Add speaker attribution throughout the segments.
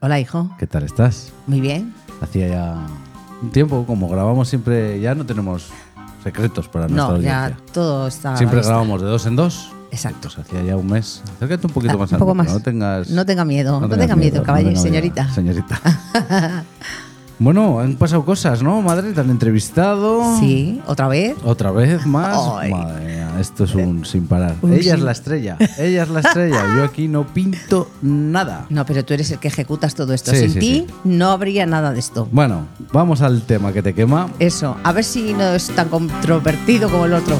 Speaker 1: Hola, hijo.
Speaker 2: ¿Qué tal estás?
Speaker 1: Muy bien.
Speaker 2: Hacía ya un tiempo, como grabamos siempre, ya no tenemos secretos para nuestra
Speaker 1: No, ya
Speaker 2: audiencia.
Speaker 1: todo está. a la
Speaker 2: Siempre
Speaker 1: vista.
Speaker 2: grabamos de dos en dos.
Speaker 1: Exacto.
Speaker 2: Pues hacía ya un mes. Acércate un poquito
Speaker 1: Ah,
Speaker 2: más
Speaker 1: un
Speaker 2: al
Speaker 1: poco
Speaker 2: micro,
Speaker 1: más.
Speaker 2: No tengas.
Speaker 1: No tenga miedo, no
Speaker 2: tengas
Speaker 1: tenga miedo, caballero,
Speaker 2: tenga miedo,
Speaker 1: señorita.
Speaker 2: Señorita. bueno, han pasado cosas, ¿no? Madre, te han entrevistado.
Speaker 1: Ah. Sí, otra vez.
Speaker 2: Otra vez más.
Speaker 1: Ay.
Speaker 2: Madre mía, esto es un sin parar.
Speaker 1: Un
Speaker 2: ella es
Speaker 1: sin-
Speaker 2: la estrella. Ella es la estrella. Yo aquí no pinto nada.
Speaker 1: No, pero tú eres el que ejecutas todo esto.
Speaker 2: Sí,
Speaker 1: Sin
Speaker 2: sí, sí.
Speaker 1: ti no habría nada de esto.
Speaker 2: Bueno, vamos al tema que te quema.
Speaker 1: Eso, a ver si no es tan controvertido como el otro.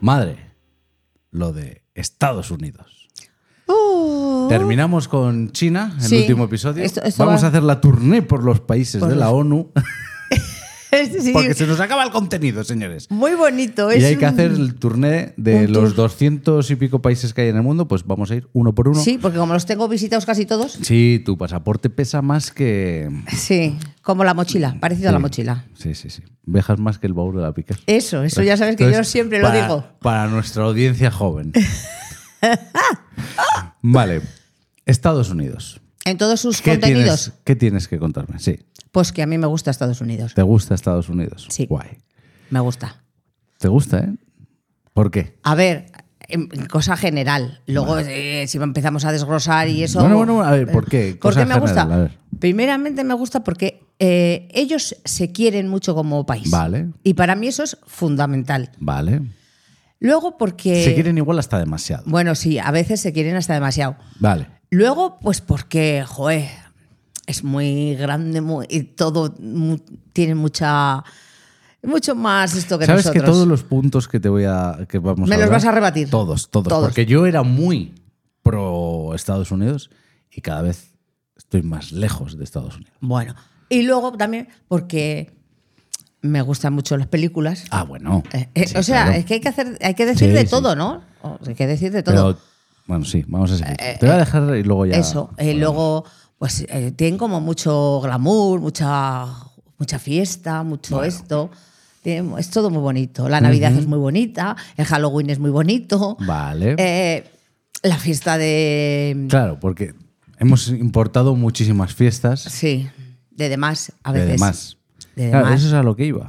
Speaker 2: Madre, lo de Estados Unidos.
Speaker 1: Uh,
Speaker 2: Terminamos con China, el
Speaker 1: Sí.
Speaker 2: último episodio.
Speaker 1: Esto- esto
Speaker 2: Vamos
Speaker 1: va-
Speaker 2: a hacer la tournée por los países
Speaker 1: Por
Speaker 2: de la
Speaker 1: los-
Speaker 2: ONU,
Speaker 1: este sí,
Speaker 2: porque se nos acaba el contenido, señores.
Speaker 1: Muy bonito.
Speaker 2: Y
Speaker 1: es
Speaker 2: hay que
Speaker 1: Pues un-
Speaker 2: hacer el tourné de
Speaker 1: un
Speaker 2: los
Speaker 1: tour.
Speaker 2: 200 y pico países que hay en el mundo, pues vamos a ir uno por uno.
Speaker 1: Sí, porque como los tengo visitados casi todos.
Speaker 2: Sí, tu pasaporte pesa más que...
Speaker 1: Sí, como la mochila, parecido a la
Speaker 2: Sí.
Speaker 1: mochila.
Speaker 2: Sí, sí, sí. Viajas más que el baúl de la pica.
Speaker 1: Eso, eso ya sabes que yo
Speaker 2: Pues Entonces,
Speaker 1: siempre
Speaker 2: para-
Speaker 1: lo digo.
Speaker 2: Para nuestra audiencia joven. vale. Estados Unidos.
Speaker 1: En todos sus
Speaker 2: ¿Qué
Speaker 1: contenidos.
Speaker 2: tienes, ¿Qué tienes que contarme? Sí.
Speaker 1: Pues que a mí me gusta Estados Unidos.
Speaker 2: ¿Te gusta Estados Unidos?
Speaker 1: Sí.
Speaker 2: Guay.
Speaker 1: Me gusta.
Speaker 2: ¿Te gusta, eh? ¿Por qué?
Speaker 1: A ver, en- en cosa general. Luego, eh, si empezamos a desglosar y eso. uh,
Speaker 2: Bueno, bueno, a ver, ¿por qué?
Speaker 1: ¿Por
Speaker 2: Cosa
Speaker 1: qué me gusta?
Speaker 2: general, a ver.
Speaker 1: Primeramente me gusta porque eh, ellos se quieren mucho como país.
Speaker 2: Vale.
Speaker 1: Y para mí eso es fundamental.
Speaker 2: Vale.
Speaker 1: Luego porque.
Speaker 2: Se quieren igual hasta demasiado.
Speaker 1: Eh, Bueno, sí, a veces se quieren hasta demasiado.
Speaker 2: Vale.
Speaker 1: Luego, pues porque, joder, es muy grande muy- y todo mu- tiene mucha. Mucho más esto que
Speaker 2: Sabes
Speaker 1: nosotros.
Speaker 2: que todos los puntos que te voy a que vamos
Speaker 1: ¿Me
Speaker 2: a
Speaker 1: los
Speaker 2: hablar,
Speaker 1: vas a rebatir?
Speaker 2: Todos, todos,
Speaker 1: Todos.
Speaker 2: porque yo era muy pro Estados Unidos y cada vez estoy más lejos de Estados Unidos.
Speaker 1: Bueno, y luego también porque me gustan mucho las películas.
Speaker 2: Ah, bueno.
Speaker 1: Eh, eh,
Speaker 2: Sí,
Speaker 1: o sea,
Speaker 2: claro.
Speaker 1: es que hay que, hacer, hay que decir
Speaker 2: Sí,
Speaker 1: de
Speaker 2: sí.
Speaker 1: todo, ¿no? O- Hay que decir de todo. Eh,
Speaker 2: Pero, bueno, sí, vamos a seguir. te voy a dejar y luego ya.
Speaker 1: Eso. eh, luego, pues eh, tienen como mucho glamour, mucha, mucha fiesta, mucho esto. Tienen- Es todo muy bonito. La Navidad es muy bonita, el Halloween es muy bonito.
Speaker 2: Vale.
Speaker 1: eh, la fiesta de.
Speaker 2: Claro, porque hemos importado muchísimas fiestas
Speaker 1: Sí, de demás a
Speaker 2: de
Speaker 1: veces.
Speaker 2: demás.
Speaker 1: De
Speaker 2: Claro,
Speaker 1: demás.
Speaker 2: eso es a lo que iba.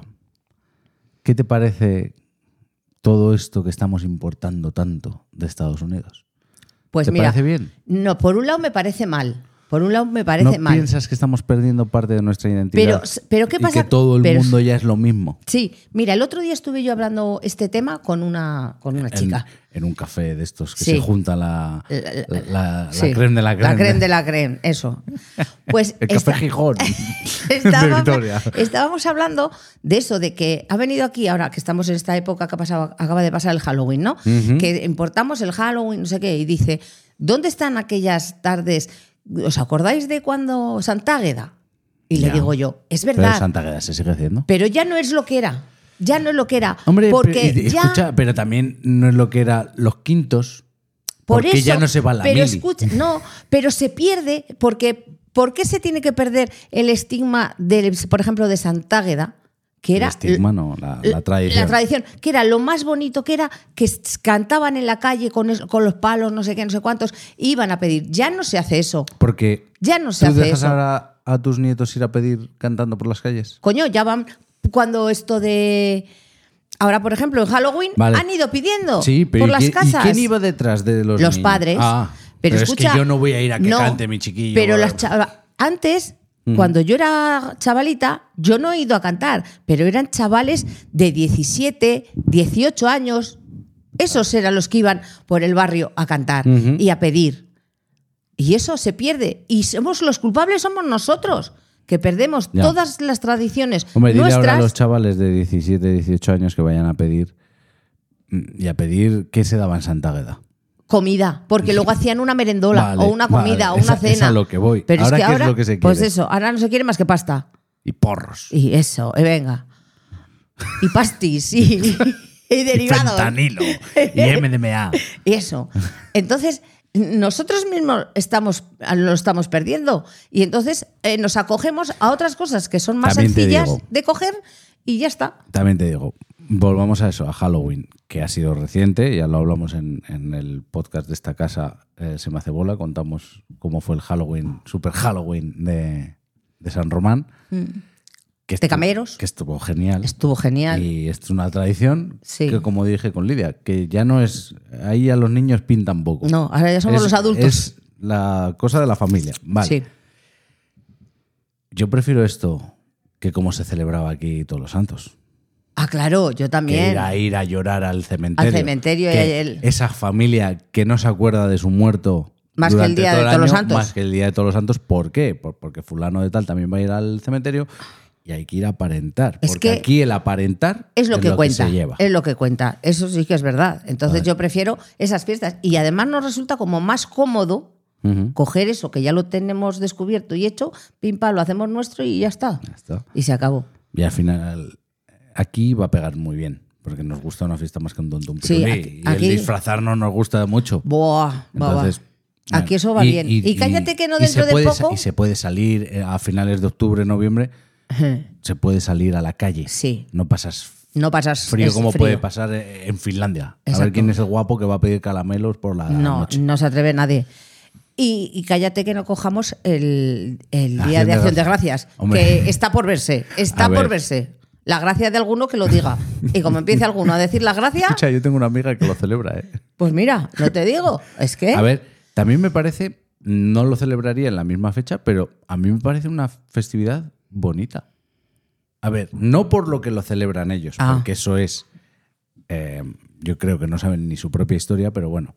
Speaker 2: ¿Qué te parece todo esto que estamos importando tanto de Estados Unidos?
Speaker 1: Pues
Speaker 2: ¿Te
Speaker 1: mira,
Speaker 2: parece bien?
Speaker 1: No, por un lado me parece mal. Por un lado me parece
Speaker 2: ¿No
Speaker 1: mal.
Speaker 2: piensas que estamos perdiendo parte de nuestra identidad?
Speaker 1: Pero- pero ¿qué
Speaker 2: Y
Speaker 1: pasa-
Speaker 2: que todo el
Speaker 1: pero-
Speaker 2: mundo ya es lo mismo.
Speaker 1: Sí, mira, el otro día estuve yo hablando este tema con una, con una
Speaker 2: En,
Speaker 1: chica.
Speaker 2: en un café de estos que
Speaker 1: Sí.
Speaker 2: se junta la,
Speaker 1: La- la-
Speaker 2: la, la
Speaker 1: Sí,
Speaker 2: creme de la creme.
Speaker 1: de la creme, eso. Pues
Speaker 2: El café
Speaker 1: esta-
Speaker 2: Gijón.
Speaker 1: estábamos,
Speaker 2: de Vitoria.
Speaker 1: estábamos hablando de eso, de que ha venido aquí ahora que estamos en esta época que ha pasado, acaba de pasar el Halloween, ¿no? Que importamos el Halloween, no sé qué, y dice, ¿dónde están aquellas tardes? ¿Os acordáis de cuando Santágueda? Y le
Speaker 2: Ya.
Speaker 1: digo yo, es
Speaker 2: Pero
Speaker 1: verdad.
Speaker 2: Santa Gueda se sigue haciendo.
Speaker 1: pero ya no es lo que era. Ya no es lo que era.
Speaker 2: Hombre,
Speaker 1: porque
Speaker 2: pero, y- y
Speaker 1: ya
Speaker 2: escucha, pero también no es lo que era los quintos.
Speaker 1: por
Speaker 2: porque
Speaker 1: eso,
Speaker 2: ya no se va la
Speaker 1: pero
Speaker 2: mili.
Speaker 1: escucha, no, pero se pierde porque ¿por qué se tiene que perder el estigma del, por ejemplo, de Santágueda, que
Speaker 2: El
Speaker 1: era
Speaker 2: estigma, no, la, la tradición.
Speaker 1: la tradición, que era lo más bonito, que era que s- cantaban en la calle con, es- con los palos, no sé qué, no sé cuántos, iban a pedir. Ya no se hace eso.
Speaker 2: Porque
Speaker 1: Ya no se
Speaker 2: tú
Speaker 1: hace
Speaker 2: dejas
Speaker 1: eso.
Speaker 2: ahora a tus nietos ir a pedir cantando por las calles.
Speaker 1: Coño, ya van cuando esto de ahora, por ejemplo, en Halloween
Speaker 2: Vale.
Speaker 1: han ido pidiendo
Speaker 2: Sí, pero
Speaker 1: por
Speaker 2: ¿y
Speaker 1: las
Speaker 2: quién- ¿y
Speaker 1: casas.
Speaker 2: quién iba detrás de los
Speaker 1: los
Speaker 2: niños?
Speaker 1: padres.
Speaker 2: Ah,
Speaker 1: pero
Speaker 2: es
Speaker 1: escucha,
Speaker 2: que yo no voy a ir a que
Speaker 1: no,
Speaker 2: cante mi chiquillo.
Speaker 1: Pero
Speaker 2: ¿vale?
Speaker 1: las chava- antes,
Speaker 2: Mm.
Speaker 1: cuando yo era chavalita, yo no he ido a cantar, pero eran chavales de 17, 18 años. Esos eran los que iban por el barrio a cantar
Speaker 2: Ujú.
Speaker 1: y a pedir. Y eso se pierde. Y somos los culpables, somos nosotros, que perdemos
Speaker 2: Ya.
Speaker 1: todas las tradiciones
Speaker 2: Hombre, dile ahora
Speaker 1: nuestras.
Speaker 2: a los chavales de 17, 18 años que vayan a pedir mm, y a pedir qué se daba en Santa Gueda.
Speaker 1: comida, porque luego hacían una merendola
Speaker 2: Vale,
Speaker 1: o una
Speaker 2: vale.
Speaker 1: comida o
Speaker 2: Es a-
Speaker 1: una
Speaker 2: es
Speaker 1: cena.
Speaker 2: a lo que voy.
Speaker 1: Pero
Speaker 2: Ahora,
Speaker 1: es que
Speaker 2: ¿qué es
Speaker 1: ahora,
Speaker 2: lo que se
Speaker 1: pues
Speaker 2: quiere?
Speaker 1: eso, ahora no se quiere más que pasta.
Speaker 2: Y porros.
Speaker 1: Y eso, y venga. Y pastis y, y
Speaker 2: Y
Speaker 1: derivados.
Speaker 2: fentanilo. y MDMA.
Speaker 1: Y eso. Entonces, nosotros mismos estamos, ah, lo estamos perdiendo. Y entonces eh, nos acogemos a otras cosas que son más
Speaker 2: También te
Speaker 1: sencillas
Speaker 2: digo.
Speaker 1: de coger y ya está.
Speaker 2: También te digo, volvamos a eso, a Halloween, que ha sido reciente, ya lo hablamos en, en el podcast de esta casa, eh, Se me hace bola, contamos cómo fue el Halloween, super Halloween de, de San Román. Que
Speaker 1: Mm. De
Speaker 2: estuvo-
Speaker 1: Cameros.
Speaker 2: Que estuvo genial.
Speaker 1: Estuvo genial.
Speaker 2: Y esto es una tradición
Speaker 1: Sí.
Speaker 2: que, como dije con Lidia, que ya no es. Ahí a los niños pintan poco.
Speaker 1: No, ahora ya somos
Speaker 2: Es-
Speaker 1: los adultos.
Speaker 2: Es la cosa de la familia. Vale.
Speaker 1: Sí.
Speaker 2: Yo prefiero esto que como se celebraba aquí todos los santos.
Speaker 1: Ah, claro, yo
Speaker 2: Que
Speaker 1: también.
Speaker 2: ir a ir a llorar al cementerio.
Speaker 1: Al cementerio y
Speaker 2: Que
Speaker 1: a él.
Speaker 2: Esa familia que no se acuerda de su muerto.
Speaker 1: Más que el
Speaker 2: durante
Speaker 1: día
Speaker 2: todo
Speaker 1: de todos los
Speaker 2: año,
Speaker 1: santos.
Speaker 2: Más que el día de todos los santos. ¿Por qué? Por- porque fulano de tal también va a ir al cementerio y hay que ir a aparentar.
Speaker 1: Es
Speaker 2: porque
Speaker 1: que
Speaker 2: aquí el aparentar
Speaker 1: Es lo que cuenta.
Speaker 2: se lleva.
Speaker 1: Es lo que cuenta. Eso sí que es verdad. Entonces yo prefiero esas fiestas. Y además nos resulta como más cómodo
Speaker 2: Ujú.
Speaker 1: coger eso que ya lo tenemos descubierto y hecho, pim pam, lo hacemos nuestro y ya está.
Speaker 2: Ya está.
Speaker 1: Y se acabó.
Speaker 2: Y al final, aquí va a pegar muy bien, porque nos gusta una fiesta más que un tonto. un
Speaker 1: Sí,
Speaker 2: pirulí,
Speaker 1: aquí-
Speaker 2: y el
Speaker 1: aquí-
Speaker 2: disfrazarnos nos gusta mucho.
Speaker 1: Buah, buah, buah.
Speaker 2: Entonces,
Speaker 1: Aquí
Speaker 2: bueno,
Speaker 1: eso va bien. Y, cállate que no
Speaker 2: y se
Speaker 1: dentro de
Speaker 2: puede sa-
Speaker 1: poco.
Speaker 2: Y se puede salir eh, a finales de octubre, noviembre, se puede salir a la calle.
Speaker 1: Sí.
Speaker 2: No pasas
Speaker 1: No pasas
Speaker 2: frío
Speaker 1: es
Speaker 2: como puede pasar eh, en Finlandia. A ver
Speaker 1: Exacto.
Speaker 2: quién es el guapo que va a pedir caramelos por la
Speaker 1: No,
Speaker 2: noche.
Speaker 1: no se atreve nadie. Y, y cállate que no cojamos el, el
Speaker 2: La
Speaker 1: día de
Speaker 2: Acción
Speaker 1: acción
Speaker 2: de
Speaker 1: de
Speaker 2: Gracias.
Speaker 1: gracias,
Speaker 2: Hombre.
Speaker 1: que está por verse, está
Speaker 2: A ver.
Speaker 1: por verse. La gracia de alguno que lo diga. Y como empiece alguno a decir la gracia,
Speaker 2: Escucha, yo tengo una amiga que lo celebra, ¿eh?
Speaker 1: pues mira, no te digo, es que
Speaker 2: A ver, también me parece, no lo celebraría en la misma fecha, pero a mí me parece una festividad bonita. A ver, no por lo que lo celebran ellos,
Speaker 1: Ah.
Speaker 2: porque eso es, eh, yo creo que no saben ni su propia historia, pero bueno,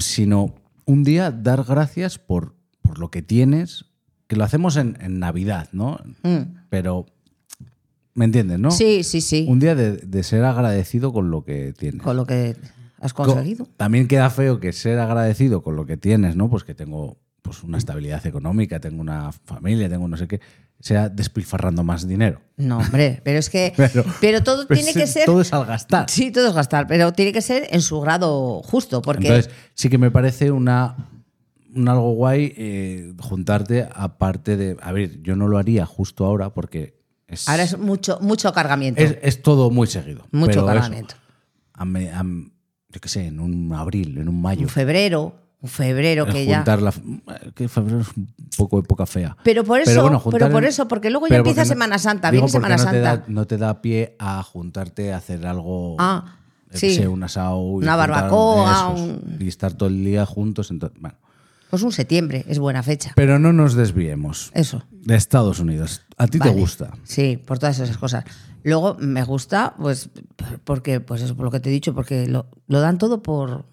Speaker 2: sino un día dar gracias por, por lo que tienes, que lo hacemos en, en Navidad, ¿no?
Speaker 1: Mm.
Speaker 2: Pero, ¿me entiendes, no?
Speaker 1: sí, sí, sí,
Speaker 2: Un día de, de ser agradecido con lo que tienes.
Speaker 1: con lo que has
Speaker 2: Co-
Speaker 1: conseguido.
Speaker 2: También queda feo que ser agradecido con lo que tienes, ¿no? Pues que tengo pues una estabilidad económica, tengo una familia, tengo no sé qué, sea despilfarrando más dinero.
Speaker 1: No, hombre, pero es que
Speaker 2: Pero-
Speaker 1: pero, todo
Speaker 2: Pero
Speaker 1: tiene
Speaker 2: sí,
Speaker 1: que ser
Speaker 2: Todo es al gastar.
Speaker 1: Sí, todo es gastar, pero tiene que ser en su grado justo, porque
Speaker 2: Entonces, sí que me parece una, un algo guay eh, juntarte aparte de. A ver, yo no lo haría justo ahora porque es,
Speaker 1: ahora es mucho mucho cargamiento,
Speaker 2: es, es todo muy seguido.
Speaker 1: mucho
Speaker 2: Pero eso,
Speaker 1: cargamiento.
Speaker 2: a me- a- yo qué sé, en un abril, en un mayo.
Speaker 1: Un febrero, un febrero
Speaker 2: el
Speaker 1: que ya
Speaker 2: juntar la- eh, que febrero es un poco época fea.
Speaker 1: Pero por eso,
Speaker 2: bueno,
Speaker 1: pero
Speaker 2: juntar
Speaker 1: por
Speaker 2: en-
Speaker 1: eso, porque luego ya
Speaker 2: pero
Speaker 1: empieza
Speaker 2: porque no-
Speaker 1: Semana Santa,
Speaker 2: digo
Speaker 1: viene
Speaker 2: porque
Speaker 1: Semana
Speaker 2: no te
Speaker 1: Santa.
Speaker 2: da- no te da pie a juntarte a hacer algo.
Speaker 1: Ah,
Speaker 2: yo qué
Speaker 1: sí.
Speaker 2: sé, un asado. y
Speaker 1: Una
Speaker 2: juntar
Speaker 1: barbacoa,
Speaker 2: esos,
Speaker 1: un-
Speaker 2: Y estar todo el día juntos. entonces, bueno.
Speaker 1: Pues un septiembre es buena fecha.
Speaker 2: Pero no nos desviemos.
Speaker 1: Eso.
Speaker 2: De Estados Unidos. A ti te
Speaker 1: Vale.
Speaker 2: gusta.
Speaker 1: Sí, por todas esas cosas. Luego me gusta, pues, por- porque, pues eso, por lo que te he dicho, porque lo, lo dan todo por,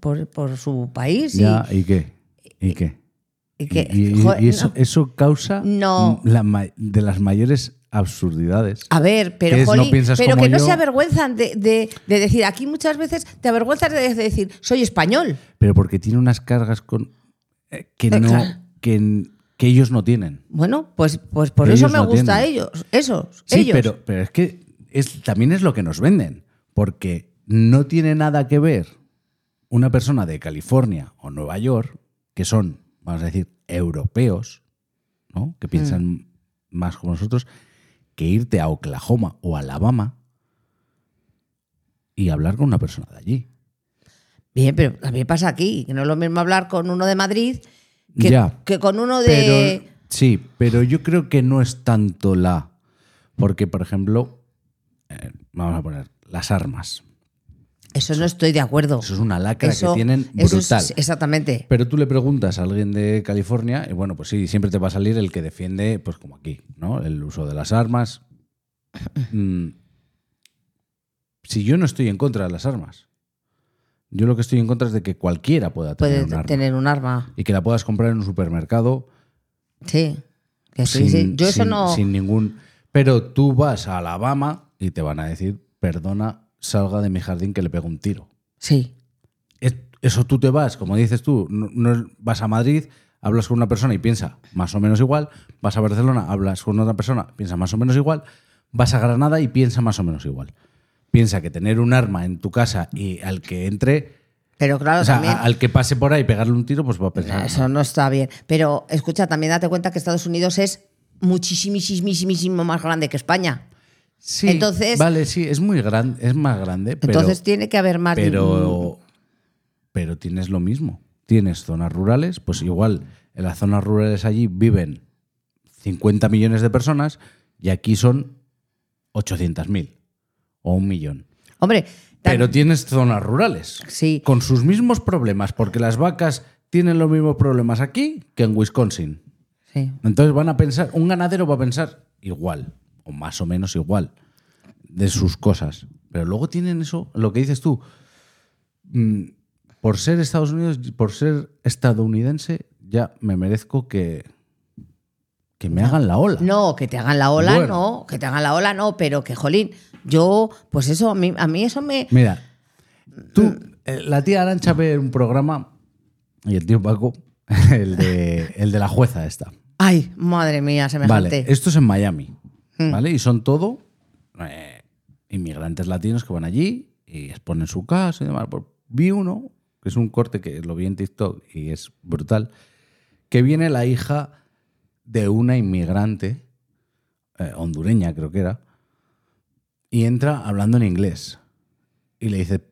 Speaker 1: por, por su país y-
Speaker 2: Ya, ¿y qué? ¿Y qué?
Speaker 1: Eh, y, que.
Speaker 2: Y- y-
Speaker 1: joder,
Speaker 2: y eso,
Speaker 1: no.
Speaker 2: eso causa
Speaker 1: No.
Speaker 2: la ma- de las mayores absurdidades.
Speaker 1: A ver, pero
Speaker 2: Que es, no
Speaker 1: jolín,
Speaker 2: piensas
Speaker 1: pero
Speaker 2: como
Speaker 1: que no
Speaker 2: yo.
Speaker 1: se avergüenzan de, de- de decir, aquí muchas veces te avergüenzas de decir, soy español.
Speaker 2: pero porque tiene unas cargas con eh, que
Speaker 1: Eh,
Speaker 2: no
Speaker 1: claro.
Speaker 2: que, que ellos no tienen.
Speaker 1: Bueno, pues, pues por
Speaker 2: Ellos
Speaker 1: eso me
Speaker 2: no
Speaker 1: gusta a
Speaker 2: tienen.
Speaker 1: ellos, esos,
Speaker 2: Sí,
Speaker 1: ellos.
Speaker 2: pero pero es que es también es lo que nos venden, porque no tiene nada que ver una persona de California o Nueva York que son, vamos a decir, europeos, ¿no? Que piensan
Speaker 1: Mm.
Speaker 2: más como nosotros que irte a Oklahoma o Alabama y hablar con una persona de allí.
Speaker 1: Bien, pero a mí me pasa aquí, que no es lo mismo hablar con uno de Madrid que,
Speaker 2: Ya.
Speaker 1: que con uno
Speaker 2: Pero,
Speaker 1: de...
Speaker 2: sí, pero yo creo que no es tanto la. Porque, por ejemplo, eh, vamos a poner las armas.
Speaker 1: eso no estoy de acuerdo.
Speaker 2: Eso es una lacra
Speaker 1: Eso-
Speaker 2: que tienen
Speaker 1: eso es-
Speaker 2: brutal.
Speaker 1: exactamente.
Speaker 2: Pero tú le preguntas a alguien de California, y bueno, pues sí, siempre te va a salir el que defiende, pues como aquí, ¿no? El uso de las armas. Mm. Si yo no estoy en contra de las armas, yo lo que estoy en contra es de que cualquiera pueda tener
Speaker 1: Puede
Speaker 2: un arma.
Speaker 1: tener un arma.
Speaker 2: Y que la puedas comprar en un supermercado,
Speaker 1: Sí. Que sí, sí. Yo eso
Speaker 2: sin-
Speaker 1: no...
Speaker 2: sin ningún. Pero tú vas a Alabama y te van a decir, perdona, salga de mi jardín que le pego un tiro.
Speaker 1: Sí.
Speaker 2: Es- Eso tú te vas, como dices tú, no, no es- vas a Madrid, hablas con una persona y piensa más o menos igual. Vas a Barcelona, hablas con otra persona, piensa más o menos igual. Vas a Granada y piensa más o menos igual. Piensa que tener un arma en tu casa y al que entre,
Speaker 1: Pero claro,
Speaker 2: o sea,
Speaker 1: también...
Speaker 2: a- al que pase por ahí y pegarle un tiro, pues va a pensar.
Speaker 1: Eso no está bien. Pero escucha, también date cuenta que Estados Unidos es muchísimo más grande que España.
Speaker 2: Sí,
Speaker 1: Entonces-
Speaker 2: vale, sí, es muy grande, es más grande, pero,
Speaker 1: Entonces tiene que haber más.
Speaker 2: pero, pero tienes lo mismo. Tienes zonas rurales, pues igual en las zonas rurales allí viven 50 millones de personas y aquí son 800.000 o un millón.
Speaker 1: Hombre, tan-
Speaker 2: Pero tienes zonas rurales.
Speaker 1: Sí.
Speaker 2: Con sus mismos problemas, porque las vacas tienen los mismos problemas aquí que en Wisconsin.
Speaker 1: sí.
Speaker 2: Entonces van a pensar, un ganadero va a pensar igual, o más o menos igual, de sus cosas. Pero luego tienen eso, lo que dices tú, mm, por ser Estados Unidos, por ser estadounidense, ya me merezco que, que me hagan la ola.
Speaker 1: No, que te hagan la ola,
Speaker 2: Bueno.
Speaker 1: no, que te hagan la ola, no, pero que jolín, yo, pues eso, a mí, a mí eso me.
Speaker 2: Mira, tú,
Speaker 1: Mm.
Speaker 2: eh, la tía Arancha ve un programa y el tío Paco, el de, el de la jueza esta.
Speaker 1: Ay, madre mía, semejante.
Speaker 2: Vale, esto es en Miami, ¿vale? Y son todo eh, inmigrantes latinos que van allí y exponen su caso y demás. Pues vi uno, que es un corte que lo vi en TikTok y es brutal, que viene la hija de una inmigrante eh, hondureña, creo que era, y entra hablando en inglés. Y le dice,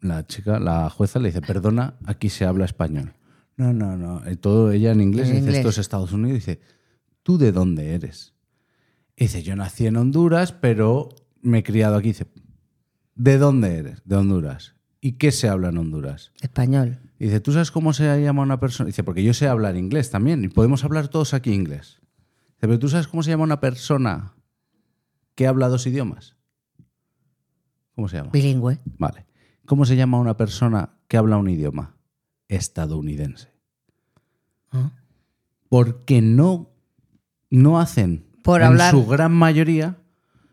Speaker 2: la chica, la jueza le dice, perdona, aquí se habla español. No, no, no. Y todo ella en inglés,
Speaker 1: En
Speaker 2: dice,
Speaker 1: inglés.
Speaker 2: esto es Estados Unidos. Dice, ¿tú de dónde eres? Y dice, yo nací en Honduras, pero me he criado aquí. Dice, ¿de dónde eres? De Honduras. ¿Y qué se habla en Honduras?
Speaker 1: Español.
Speaker 2: Y dice, ¿tú sabes cómo se llama una persona? Dice, porque yo sé hablar inglés también y podemos hablar todos aquí inglés. Dice, pero ¿tú sabes cómo se llama una persona que habla dos idiomas? ¿Cómo se llama?
Speaker 1: Bilingüe.
Speaker 2: Vale. ¿Cómo se llama una persona que habla un idioma? Estadounidense.
Speaker 1: Ah.
Speaker 2: Porque no, no hacen,
Speaker 1: Por
Speaker 2: en
Speaker 1: hablar.
Speaker 2: su gran mayoría,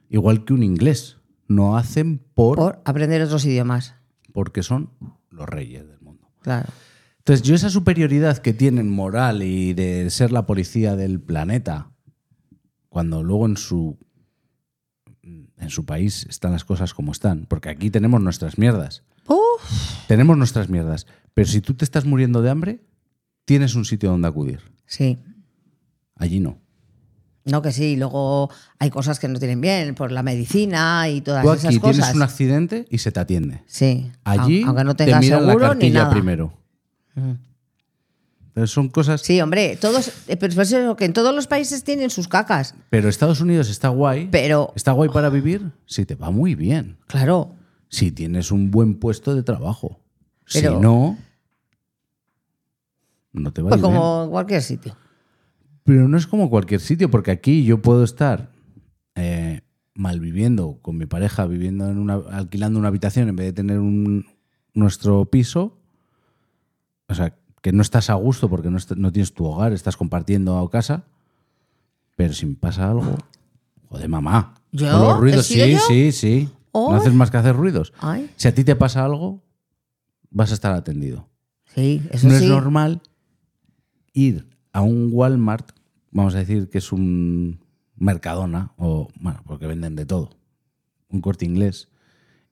Speaker 2: igual que un inglés. No hacen por,
Speaker 1: Por aprender otros idiomas.
Speaker 2: porque son los reyes del mundo.
Speaker 1: Claro.
Speaker 2: Entonces, yo esa superioridad que tienen moral y de ser la policía del planeta, cuando luego en su en su país están las cosas como están, porque aquí tenemos nuestras mierdas.
Speaker 1: Uf,
Speaker 2: Tenemos nuestras mierdas, pero si tú te estás muriendo de hambre, tienes un sitio donde acudir.
Speaker 1: sí.
Speaker 2: Allí no.
Speaker 1: No, que sí, luego hay cosas que no tienen bien, por la medicina y todas
Speaker 2: Tú
Speaker 1: esas
Speaker 2: aquí
Speaker 1: cosas.
Speaker 2: tienes un accidente y se te atiende.
Speaker 1: Sí.
Speaker 2: Allí
Speaker 1: Au- aunque no
Speaker 2: te
Speaker 1: tengas
Speaker 2: miran la
Speaker 1: seguro ni
Speaker 2: cartilla
Speaker 1: nada. Mm.
Speaker 2: primero. Entonces son cosas
Speaker 1: Sí, hombre, todos, eh, pero es eso, que en todos los países tienen sus cacas.
Speaker 2: Pero Estados Unidos está guay.
Speaker 1: Pero-
Speaker 2: está guay para vivir si te va muy bien.
Speaker 1: Claro.
Speaker 2: Si tienes un buen puesto de trabajo.
Speaker 1: Pero-
Speaker 2: si no, no te va
Speaker 1: Pues
Speaker 2: bien.
Speaker 1: como en cualquier sitio.
Speaker 2: Pero no es como cualquier sitio, porque aquí yo puedo estar eh, malviviendo con mi pareja, viviendo en una, alquilando una habitación en vez de tener un, nuestro piso. O sea, que no estás a gusto porque no, est- no tienes tu hogar, estás compartiendo casa. Pero si me pasa algo, joder, mamá.
Speaker 1: ¿Yo?
Speaker 2: Con los ruidos,
Speaker 1: ¿He sido
Speaker 2: sí,
Speaker 1: yo?
Speaker 2: sí, sí.
Speaker 1: Oh.
Speaker 2: No haces más que hacer ruidos.
Speaker 1: Ay,
Speaker 2: Si a ti te pasa algo, vas a estar atendido
Speaker 1: sí, eso
Speaker 2: no
Speaker 1: sí.
Speaker 2: es normal ir a un Walmart, vamos a decir que es un Mercadona, o bueno, porque venden de todo, un corte inglés,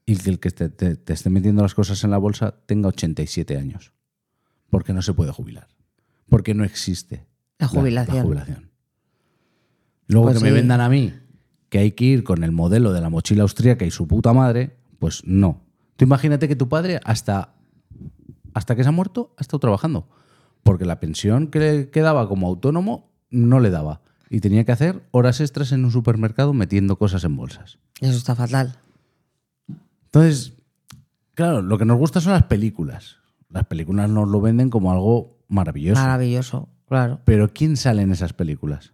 Speaker 2: y que el que te, te- te esté metiendo las cosas en la bolsa tenga 87 años, porque no se puede jubilar, porque no existe
Speaker 1: La jubilación.
Speaker 2: jubilación. Luego
Speaker 1: Pues
Speaker 2: que me
Speaker 1: sí.
Speaker 2: vendan a mí que hay que ir con el modelo de la mochila austríaca y su puta madre, pues no. Tú imagínate que tu padre hasta hasta que se ha muerto ha estado trabajando. Porque la pensión que le quedaba como autónomo no le daba. Y tenía que hacer horas extras en un supermercado metiendo cosas en bolsas.
Speaker 1: Eso está fatal.
Speaker 2: Entonces, claro, lo que nos gusta son las películas. Las películas nos lo venden como algo maravilloso.
Speaker 1: Maravilloso, claro.
Speaker 2: Pero ¿quién sale en esas películas?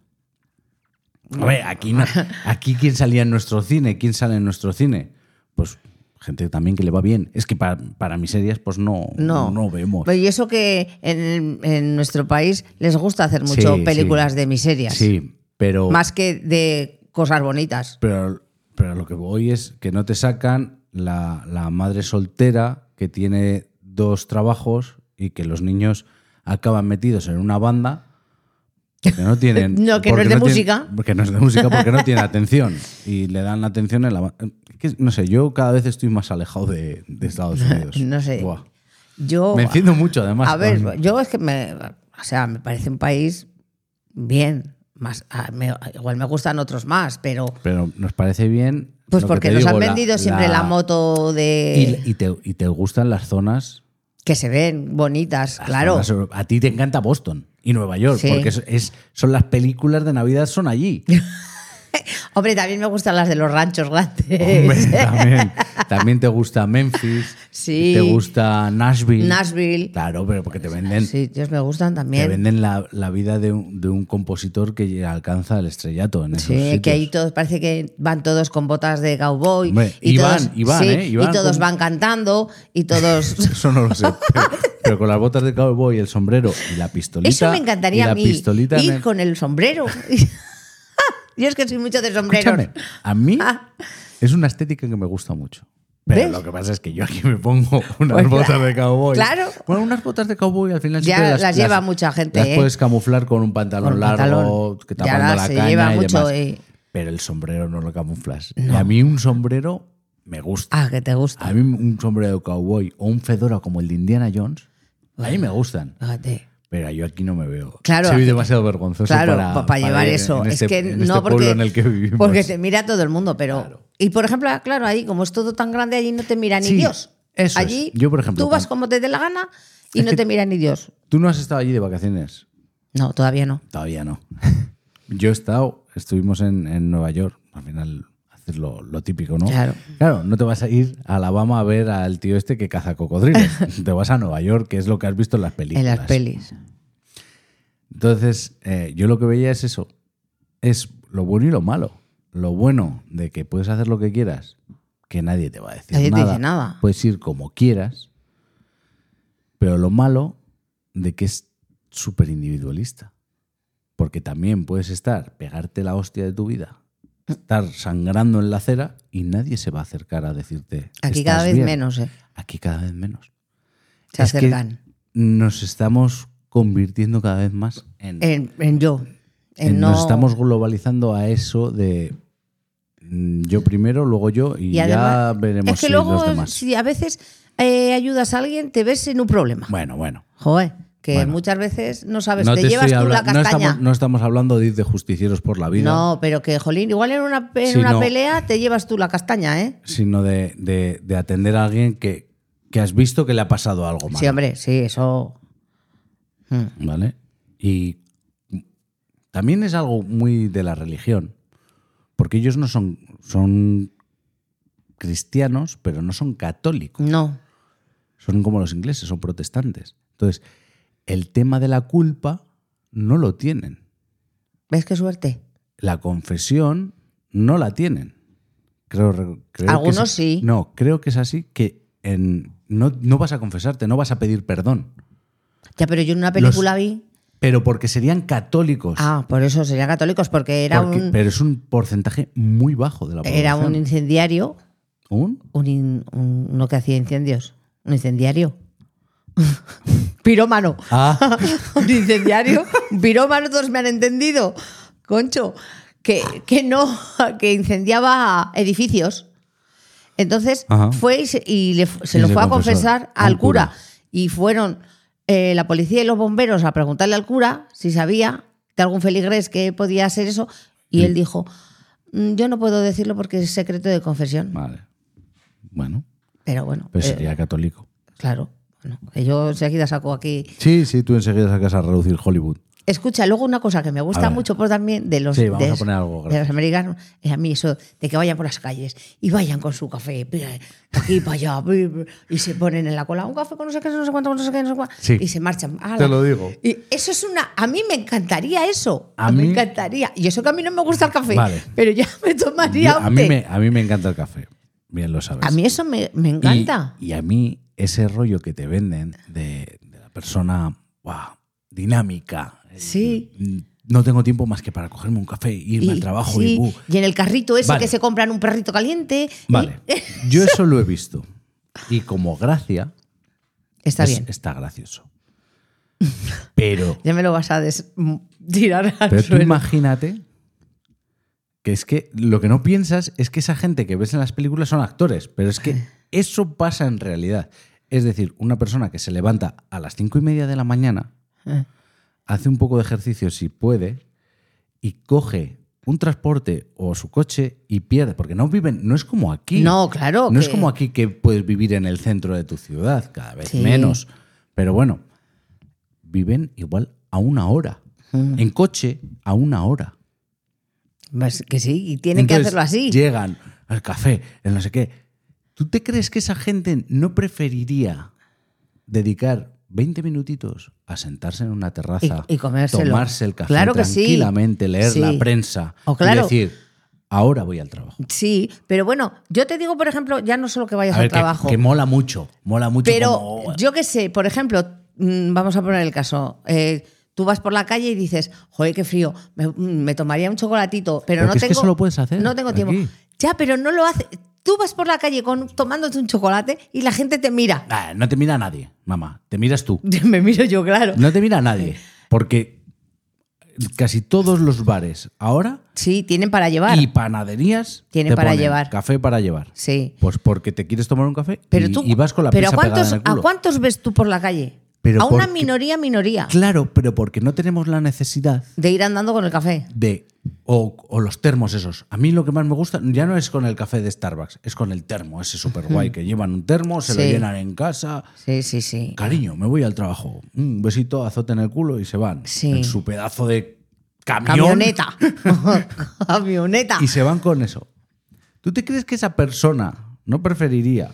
Speaker 2: A ver, aquí, no- aquí ¿quién salía en nuestro cine? ¿Quién sale en nuestro cine? Pues gente también que le va bien. Es que para, para miserias pues no,
Speaker 1: No.
Speaker 2: no. vemos.
Speaker 1: Pero Pues, y eso que en, en nuestro país les gusta hacer mucho
Speaker 2: Sí,
Speaker 1: películas
Speaker 2: sí.
Speaker 1: de miserias.
Speaker 2: Sí, pero...
Speaker 1: Más que de cosas bonitas.
Speaker 2: Pero, pero lo que voy es que no te sacan la, la madre soltera que tiene dos trabajos y que los niños acaban metidos en una banda que no tienen.
Speaker 1: No, que no
Speaker 2: porque
Speaker 1: es de
Speaker 2: tienen-
Speaker 1: música.
Speaker 2: porque no es de música, porque no tienen atención. Y le dan la atención en la ba- que No sé, yo cada vez estoy más alejado de, de Estados Unidos.
Speaker 1: No sé.
Speaker 2: Buah.
Speaker 1: Yo.
Speaker 2: Me
Speaker 1: pues-
Speaker 2: enciendo mucho, además.
Speaker 1: A ver,
Speaker 2: con-
Speaker 1: yo es que me. O sea, me parece un país bien. Más, ah, me- igual me gustan otros más, pero
Speaker 2: Pero nos parece bien.
Speaker 1: pues
Speaker 2: lo que
Speaker 1: porque
Speaker 2: te
Speaker 1: nos
Speaker 2: digo,
Speaker 1: han vendido siempre la, moto de
Speaker 2: Y, y te, y te gustan las zonas.
Speaker 1: que se ven bonitas,
Speaker 2: las
Speaker 1: claro.
Speaker 2: zonas euro- a ti te encanta Boston y Nueva York,
Speaker 1: Sí.
Speaker 2: porque es, es- son las películas de Navidad, son allí.
Speaker 1: Hombre, también me gustan las de los ranchos grandes.
Speaker 2: Hombre, también, también te gusta Memphis,
Speaker 1: Sí.
Speaker 2: te gusta Nashville.
Speaker 1: Nashville.
Speaker 2: Claro, pero porque te venden,
Speaker 1: Sí, ellos me gustan
Speaker 2: te
Speaker 1: también.
Speaker 2: venden la, la vida de un, de un compositor que alcanza el estrellato en esos
Speaker 1: Sí, que
Speaker 2: sitios.
Speaker 1: ahí todos parece que van todos con botas de cowboy
Speaker 2: Hombre,
Speaker 1: y,
Speaker 2: y van,
Speaker 1: todos,
Speaker 2: y van,
Speaker 1: sí,
Speaker 2: ¿eh? Y van
Speaker 1: todos
Speaker 2: con-
Speaker 1: van cantando y todos
Speaker 2: Eso no lo sé. Pero, pero con las botas de cowboy, el sombrero y la pistolita.
Speaker 1: Eso me
Speaker 2: y
Speaker 1: encantaría
Speaker 2: la
Speaker 1: a mí
Speaker 2: Pistolita en
Speaker 1: ir
Speaker 2: el-
Speaker 1: con el sombrero. Yo es que soy mucho de sombreros.
Speaker 2: Escúchame, a mí
Speaker 1: Ah.
Speaker 2: es una estética que me gusta mucho. Pero
Speaker 1: ¿Ves?
Speaker 2: lo que pasa es que yo aquí me pongo unas
Speaker 1: Pues
Speaker 2: botas
Speaker 1: claro,
Speaker 2: de cowboy.
Speaker 1: claro.
Speaker 2: Bueno, unas botas de cowboy al final
Speaker 1: Ya
Speaker 2: siempre
Speaker 1: las lleva mucha gente,
Speaker 2: Las
Speaker 1: ¿eh?
Speaker 2: puedes camuflar con un pantalón
Speaker 1: Con un
Speaker 2: largo
Speaker 1: pantalón.
Speaker 2: que
Speaker 1: Ya
Speaker 2: tapando la
Speaker 1: se
Speaker 2: caña
Speaker 1: lleva
Speaker 2: y
Speaker 1: mucho,
Speaker 2: demás.
Speaker 1: eh.
Speaker 2: Pero el sombrero no lo camuflas. Y a mí un sombrero me gusta.
Speaker 1: Ah, que te gusta.
Speaker 2: A mí un sombrero de cowboy o un fedora como el de Indiana Jones, a mí me gustan.
Speaker 1: Fíjate.
Speaker 2: Pero yo aquí no me veo.
Speaker 1: Claro.
Speaker 2: Soy demasiado vergonzoso
Speaker 1: Claro,
Speaker 2: Pues para,
Speaker 1: pa- para, llevar
Speaker 2: ir en
Speaker 1: eso.
Speaker 2: este-
Speaker 1: es que
Speaker 2: en
Speaker 1: no
Speaker 2: este
Speaker 1: porque,
Speaker 2: pueblo en el que vivimos.
Speaker 1: porque te mira todo el mundo, pero
Speaker 2: Claro.
Speaker 1: y por ejemplo, ah, claro, ahí como es todo tan grande allí no te mira ni
Speaker 2: Sí,
Speaker 1: Dios.
Speaker 2: eso es.
Speaker 1: allí
Speaker 2: Yo, por ejemplo,
Speaker 1: tú vas
Speaker 2: tam-
Speaker 1: como te dé la gana y
Speaker 2: Es
Speaker 1: no
Speaker 2: que-
Speaker 1: te mira ni Dios.
Speaker 2: ¿Tú no has estado allí de vacaciones?
Speaker 1: No, todavía no.
Speaker 2: Todavía no. Yo he estado, estuvimos en, en Nueva York, al final haces lo, lo típico, ¿no?
Speaker 1: Claro.
Speaker 2: Claro, no te vas a ir a Alabama a ver al tío este que caza cocodrilos. te vas a Nueva York, que es lo que has visto en las películas.
Speaker 1: En las pelis.
Speaker 2: Entonces, eh, yo lo que veía es eso. Es lo bueno y lo malo. Lo bueno de que puedes hacer lo que quieras, que nadie te va a decir
Speaker 1: Nadie te
Speaker 2: nada. Pues
Speaker 1: dice nada.
Speaker 2: Puedes ir como quieras. Pero lo malo de que es súper individualista. Porque también puedes estar, pegarte la hostia de tu vida,
Speaker 1: Mm.
Speaker 2: estar sangrando en la acera y nadie se va a acercar a decirte.
Speaker 1: Aquí
Speaker 2: "Estás
Speaker 1: cada vez
Speaker 2: bien".
Speaker 1: menos, eh,
Speaker 2: Aquí cada vez menos.
Speaker 1: Se
Speaker 2: Es que
Speaker 1: acercan.
Speaker 2: Nos estamos convirtiendo cada vez más en
Speaker 1: En, en yo. En
Speaker 2: en-
Speaker 1: Eh, no...
Speaker 2: Nos estamos globalizando a eso de mm, yo primero, luego yo y,
Speaker 1: Y además-
Speaker 2: ya veremos
Speaker 1: Es que
Speaker 2: si los
Speaker 1: luego,
Speaker 2: demás.
Speaker 1: si a veces eh, ayudas a alguien, te ves en un problema.
Speaker 2: Bueno, bueno.
Speaker 1: Joder, que
Speaker 2: Bueno.
Speaker 1: muchas veces no sabes,
Speaker 2: No
Speaker 1: te,
Speaker 2: te
Speaker 1: llevas
Speaker 2: estoy
Speaker 1: tú la
Speaker 2: habla- no,
Speaker 1: castaña.
Speaker 2: estamos,
Speaker 1: No,
Speaker 2: no estamos hablando de ir de justicieros por la vida,
Speaker 1: pero que, jolín, igual en una, en
Speaker 2: Sí,
Speaker 1: una
Speaker 2: no.
Speaker 1: pelea te llevas tú la castaña, ¿eh?
Speaker 2: sino de, de- de atender a alguien que, que has visto que le ha pasado algo malo.
Speaker 1: Sí, hombre, sí, eso. Mm.
Speaker 2: ¿Vale? Y también es algo muy de la religión, porque ellos no son, son cristianos, pero no son católicos.
Speaker 1: No,
Speaker 2: son como los ingleses, son protestantes. Entonces, el tema de la culpa no lo tienen.
Speaker 1: ¿ves qué suerte?
Speaker 2: La confesión no la tienen. Creo, creo que es-
Speaker 1: Algunos sí.
Speaker 2: No, creo que es así que en- no, no vas a confesarte, no vas a pedir perdón.
Speaker 1: Ya, pero yo en una película vi.
Speaker 2: Pero porque serían católicos.
Speaker 1: Ah, por eso serían católicos, porque era
Speaker 2: Pues Porque-
Speaker 1: un
Speaker 2: Pero es un porcentaje muy bajo de la población.
Speaker 1: era un incendiario,
Speaker 2: ¿Un?
Speaker 1: un, in- un- uno que hacía incendios. Un incendiario. Pirómano.
Speaker 2: Ah,
Speaker 1: un incendiario, un pirómano, todos me han entendido. Concho, que, que no, que incendiaba edificios. Entonces
Speaker 2: Ajá.
Speaker 1: fue y se, y le fu- se
Speaker 2: Y
Speaker 1: lo
Speaker 2: se
Speaker 1: fue a
Speaker 2: confesó
Speaker 1: confesar
Speaker 2: al
Speaker 1: al cura.
Speaker 2: cura.
Speaker 1: Y fueron eh, la policía y los bomberos a preguntarle al cura si sabía de algún feligrés que podía ser eso. Y él dijo, "Mm, yo no puedo decirlo porque es secreto de confesión.
Speaker 2: vale. Bueno,
Speaker 1: Pero bueno,
Speaker 2: pues
Speaker 1: eh,
Speaker 2: sería católico.
Speaker 1: claro. bueno, que yo enseguida saco aquí
Speaker 2: Sí, sí, tú enseguida sacas a reducir Hollywood.
Speaker 1: Escucha, luego una cosa que me
Speaker 2: A
Speaker 1: gusta
Speaker 2: ver.
Speaker 1: mucho pues, también de los,
Speaker 2: Sí, vamos
Speaker 1: de,
Speaker 2: a poner algo,
Speaker 1: de
Speaker 2: gracias.
Speaker 1: los americanos, es a mí eso de que vayan por las calles y vayan con su café, mira, pa' aquí, para allá, pi, pi, y se ponen en la cola un café con no sé qué, no sé cuánto, con no sé qué, no sé cuánto,
Speaker 2: Sí.
Speaker 1: y se marchan. ¡Hala!
Speaker 2: Te lo digo.
Speaker 1: Y eso es una. A mí me encantaría eso.
Speaker 2: A
Speaker 1: me
Speaker 2: mí-
Speaker 1: encantaría. Y eso que a mí no me gusta el café,
Speaker 2: Vale.
Speaker 1: pero ya me tomaría
Speaker 2: Yo-
Speaker 1: un
Speaker 2: a, mí
Speaker 1: té.
Speaker 2: me, a mí me encanta el café. Bien lo sabes.
Speaker 1: A mí eso me, me
Speaker 2: Y-
Speaker 1: encanta.
Speaker 2: Y, a mí ese rollo que te venden de, de la persona guau, dinámica. el-
Speaker 1: Sí.
Speaker 2: mm, No tengo tiempo más que para cogerme un café, irme al trabajo
Speaker 1: sí,
Speaker 2: y bu.
Speaker 1: y en el carrito ese
Speaker 2: Vale.
Speaker 1: que se compran un perrito caliente. y-
Speaker 2: Vale. Yo eso lo he visto. Y como gracia,
Speaker 1: está
Speaker 2: es-
Speaker 1: bien.
Speaker 2: está gracioso. Pero,
Speaker 1: Ya me lo vas a des- tirar al
Speaker 2: pero tú
Speaker 1: suelo.
Speaker 2: imagínate que es que lo que no piensas es que esa gente que ves en las películas son actores, pero es que eso pasa en realidad. Es decir, una persona que se levanta a las cinco y media de la mañana
Speaker 1: Eh.
Speaker 2: hace un poco de ejercicio si puede y coge un transporte o su coche y pierde, porque no viven, no es como aquí.
Speaker 1: No, claro,
Speaker 2: No es
Speaker 1: que-
Speaker 2: como aquí que puedes vivir en el centro de tu ciudad, cada vez
Speaker 1: Sí.
Speaker 2: menos. Pero bueno, viven igual a una hora.
Speaker 1: Mm.
Speaker 2: En coche, a una hora.
Speaker 1: Pues que sí, y tienen que
Speaker 2: Entonces,
Speaker 1: hacerlo así.
Speaker 2: Llegan al café, el no sé qué. ¿Tú te crees que esa gente no preferiría dedicar 20 minutitos a sentarse en una terraza,
Speaker 1: Y- y comérselo.
Speaker 2: tomarse el café
Speaker 1: Claro que sí.
Speaker 2: tranquilamente, leer
Speaker 1: Sí.
Speaker 2: la prensa
Speaker 1: O claro.
Speaker 2: y decir, ahora voy al trabajo?
Speaker 1: Sí, pero bueno, yo te digo, por ejemplo, ya no solo que vayas
Speaker 2: A ver,
Speaker 1: al
Speaker 2: que,
Speaker 1: trabajo.
Speaker 2: que mola mucho, mola mucho.
Speaker 1: Pero
Speaker 2: como-
Speaker 1: yo qué sé, por ejemplo, mm, vamos a poner el caso. eh, tú vas por la calle y dices, joder, qué frío, me, mm, me tomaría un chocolatito, pero
Speaker 2: Pero
Speaker 1: no
Speaker 2: que es que
Speaker 1: tengo.
Speaker 2: eso lo puedes hacer
Speaker 1: No tengo tiempo.
Speaker 2: aquí.
Speaker 1: Ya, pero no lo hace. Tú vas por la calle con, tomándote un chocolate y la gente te mira.
Speaker 2: Ah, no te mira nadie, mamá, te miras tú.
Speaker 1: Me miro yo, claro.
Speaker 2: No te mira nadie, porque casi todos los bares ahora
Speaker 1: Sí, tienen para llevar.
Speaker 2: y panaderías
Speaker 1: Tiene
Speaker 2: te
Speaker 1: para
Speaker 2: ponen
Speaker 1: llevar.
Speaker 2: Café para llevar.
Speaker 1: Sí.
Speaker 2: Pues porque te quieres tomar un café
Speaker 1: Pero
Speaker 2: y,
Speaker 1: tú.
Speaker 2: y vas con la
Speaker 1: pero
Speaker 2: prisa
Speaker 1: ¿a cuántos,
Speaker 2: pegada en el culo.
Speaker 1: ¿a cuántos ves tú por la calle?
Speaker 2: Pero
Speaker 1: a una
Speaker 2: porque-
Speaker 1: minoría, minoría.
Speaker 2: Claro, pero porque no tenemos la necesidad
Speaker 1: De ir andando con el café.
Speaker 2: de o, o los termos esos. A mí lo que más me gusta ya no es con el café de Starbucks, es con el termo, ese super guay que llevan un termo, se lo
Speaker 1: Sí.
Speaker 2: llenan en casa.
Speaker 1: Sí, sí, sí.
Speaker 2: Cariño, me voy al trabajo. Un besito, azote en el culo y se van.
Speaker 1: Sí.
Speaker 2: En su pedazo de camión.
Speaker 1: Camioneta. Camioneta.
Speaker 2: y se van con eso. ¿Tú te crees que esa persona no preferiría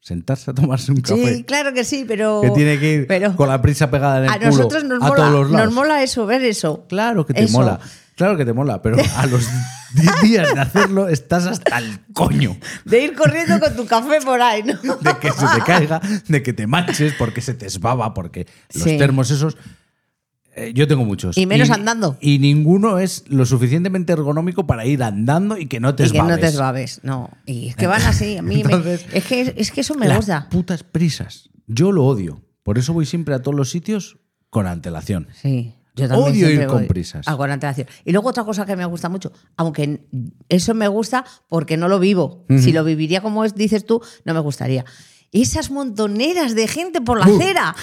Speaker 2: sentarse a tomarse un café?
Speaker 1: Sí, claro que sí, pero.
Speaker 2: Que tiene que ir
Speaker 1: pero
Speaker 2: con la prisa pegada en el
Speaker 1: A
Speaker 2: culo
Speaker 1: nosotros nos,
Speaker 2: a
Speaker 1: mola,
Speaker 2: todos los lados.
Speaker 1: nos mola eso, ver eso.
Speaker 2: Claro que te
Speaker 1: Eso.
Speaker 2: mola. Claro que te mola, pero a los 10 días de hacerlo estás hasta el coño
Speaker 1: De ir corriendo con tu café por ahí, ¿no?
Speaker 2: de que se te caiga, de que te manches porque se te esbaba, porque los
Speaker 1: Sí.
Speaker 2: termos esos eh, yo tengo muchos.
Speaker 1: Y menos andando.
Speaker 2: Y ninguno es lo suficientemente ergonómico para ir andando y que no te
Speaker 1: Y que no
Speaker 2: esbabes. Eh,
Speaker 1: te esbabes, no. Y es que van así, a mí me-
Speaker 2: Entonces,
Speaker 1: es, que, es que eso me
Speaker 2: Las
Speaker 1: gusta.
Speaker 2: putas prisas. Yo lo odio. Por eso voy siempre a todos los sitios con antelación.
Speaker 1: Sí. Yo también
Speaker 2: Odio
Speaker 1: siempre
Speaker 2: ir con
Speaker 1: voy
Speaker 2: prisas.
Speaker 1: a con antelación. Y luego otra cosa que me gusta mucho, aunque eso me gusta porque no lo vivo. Si lo viviría como es, dices tú, no me gustaría. Esas montoneras de gente por la
Speaker 2: Uh.
Speaker 1: acera.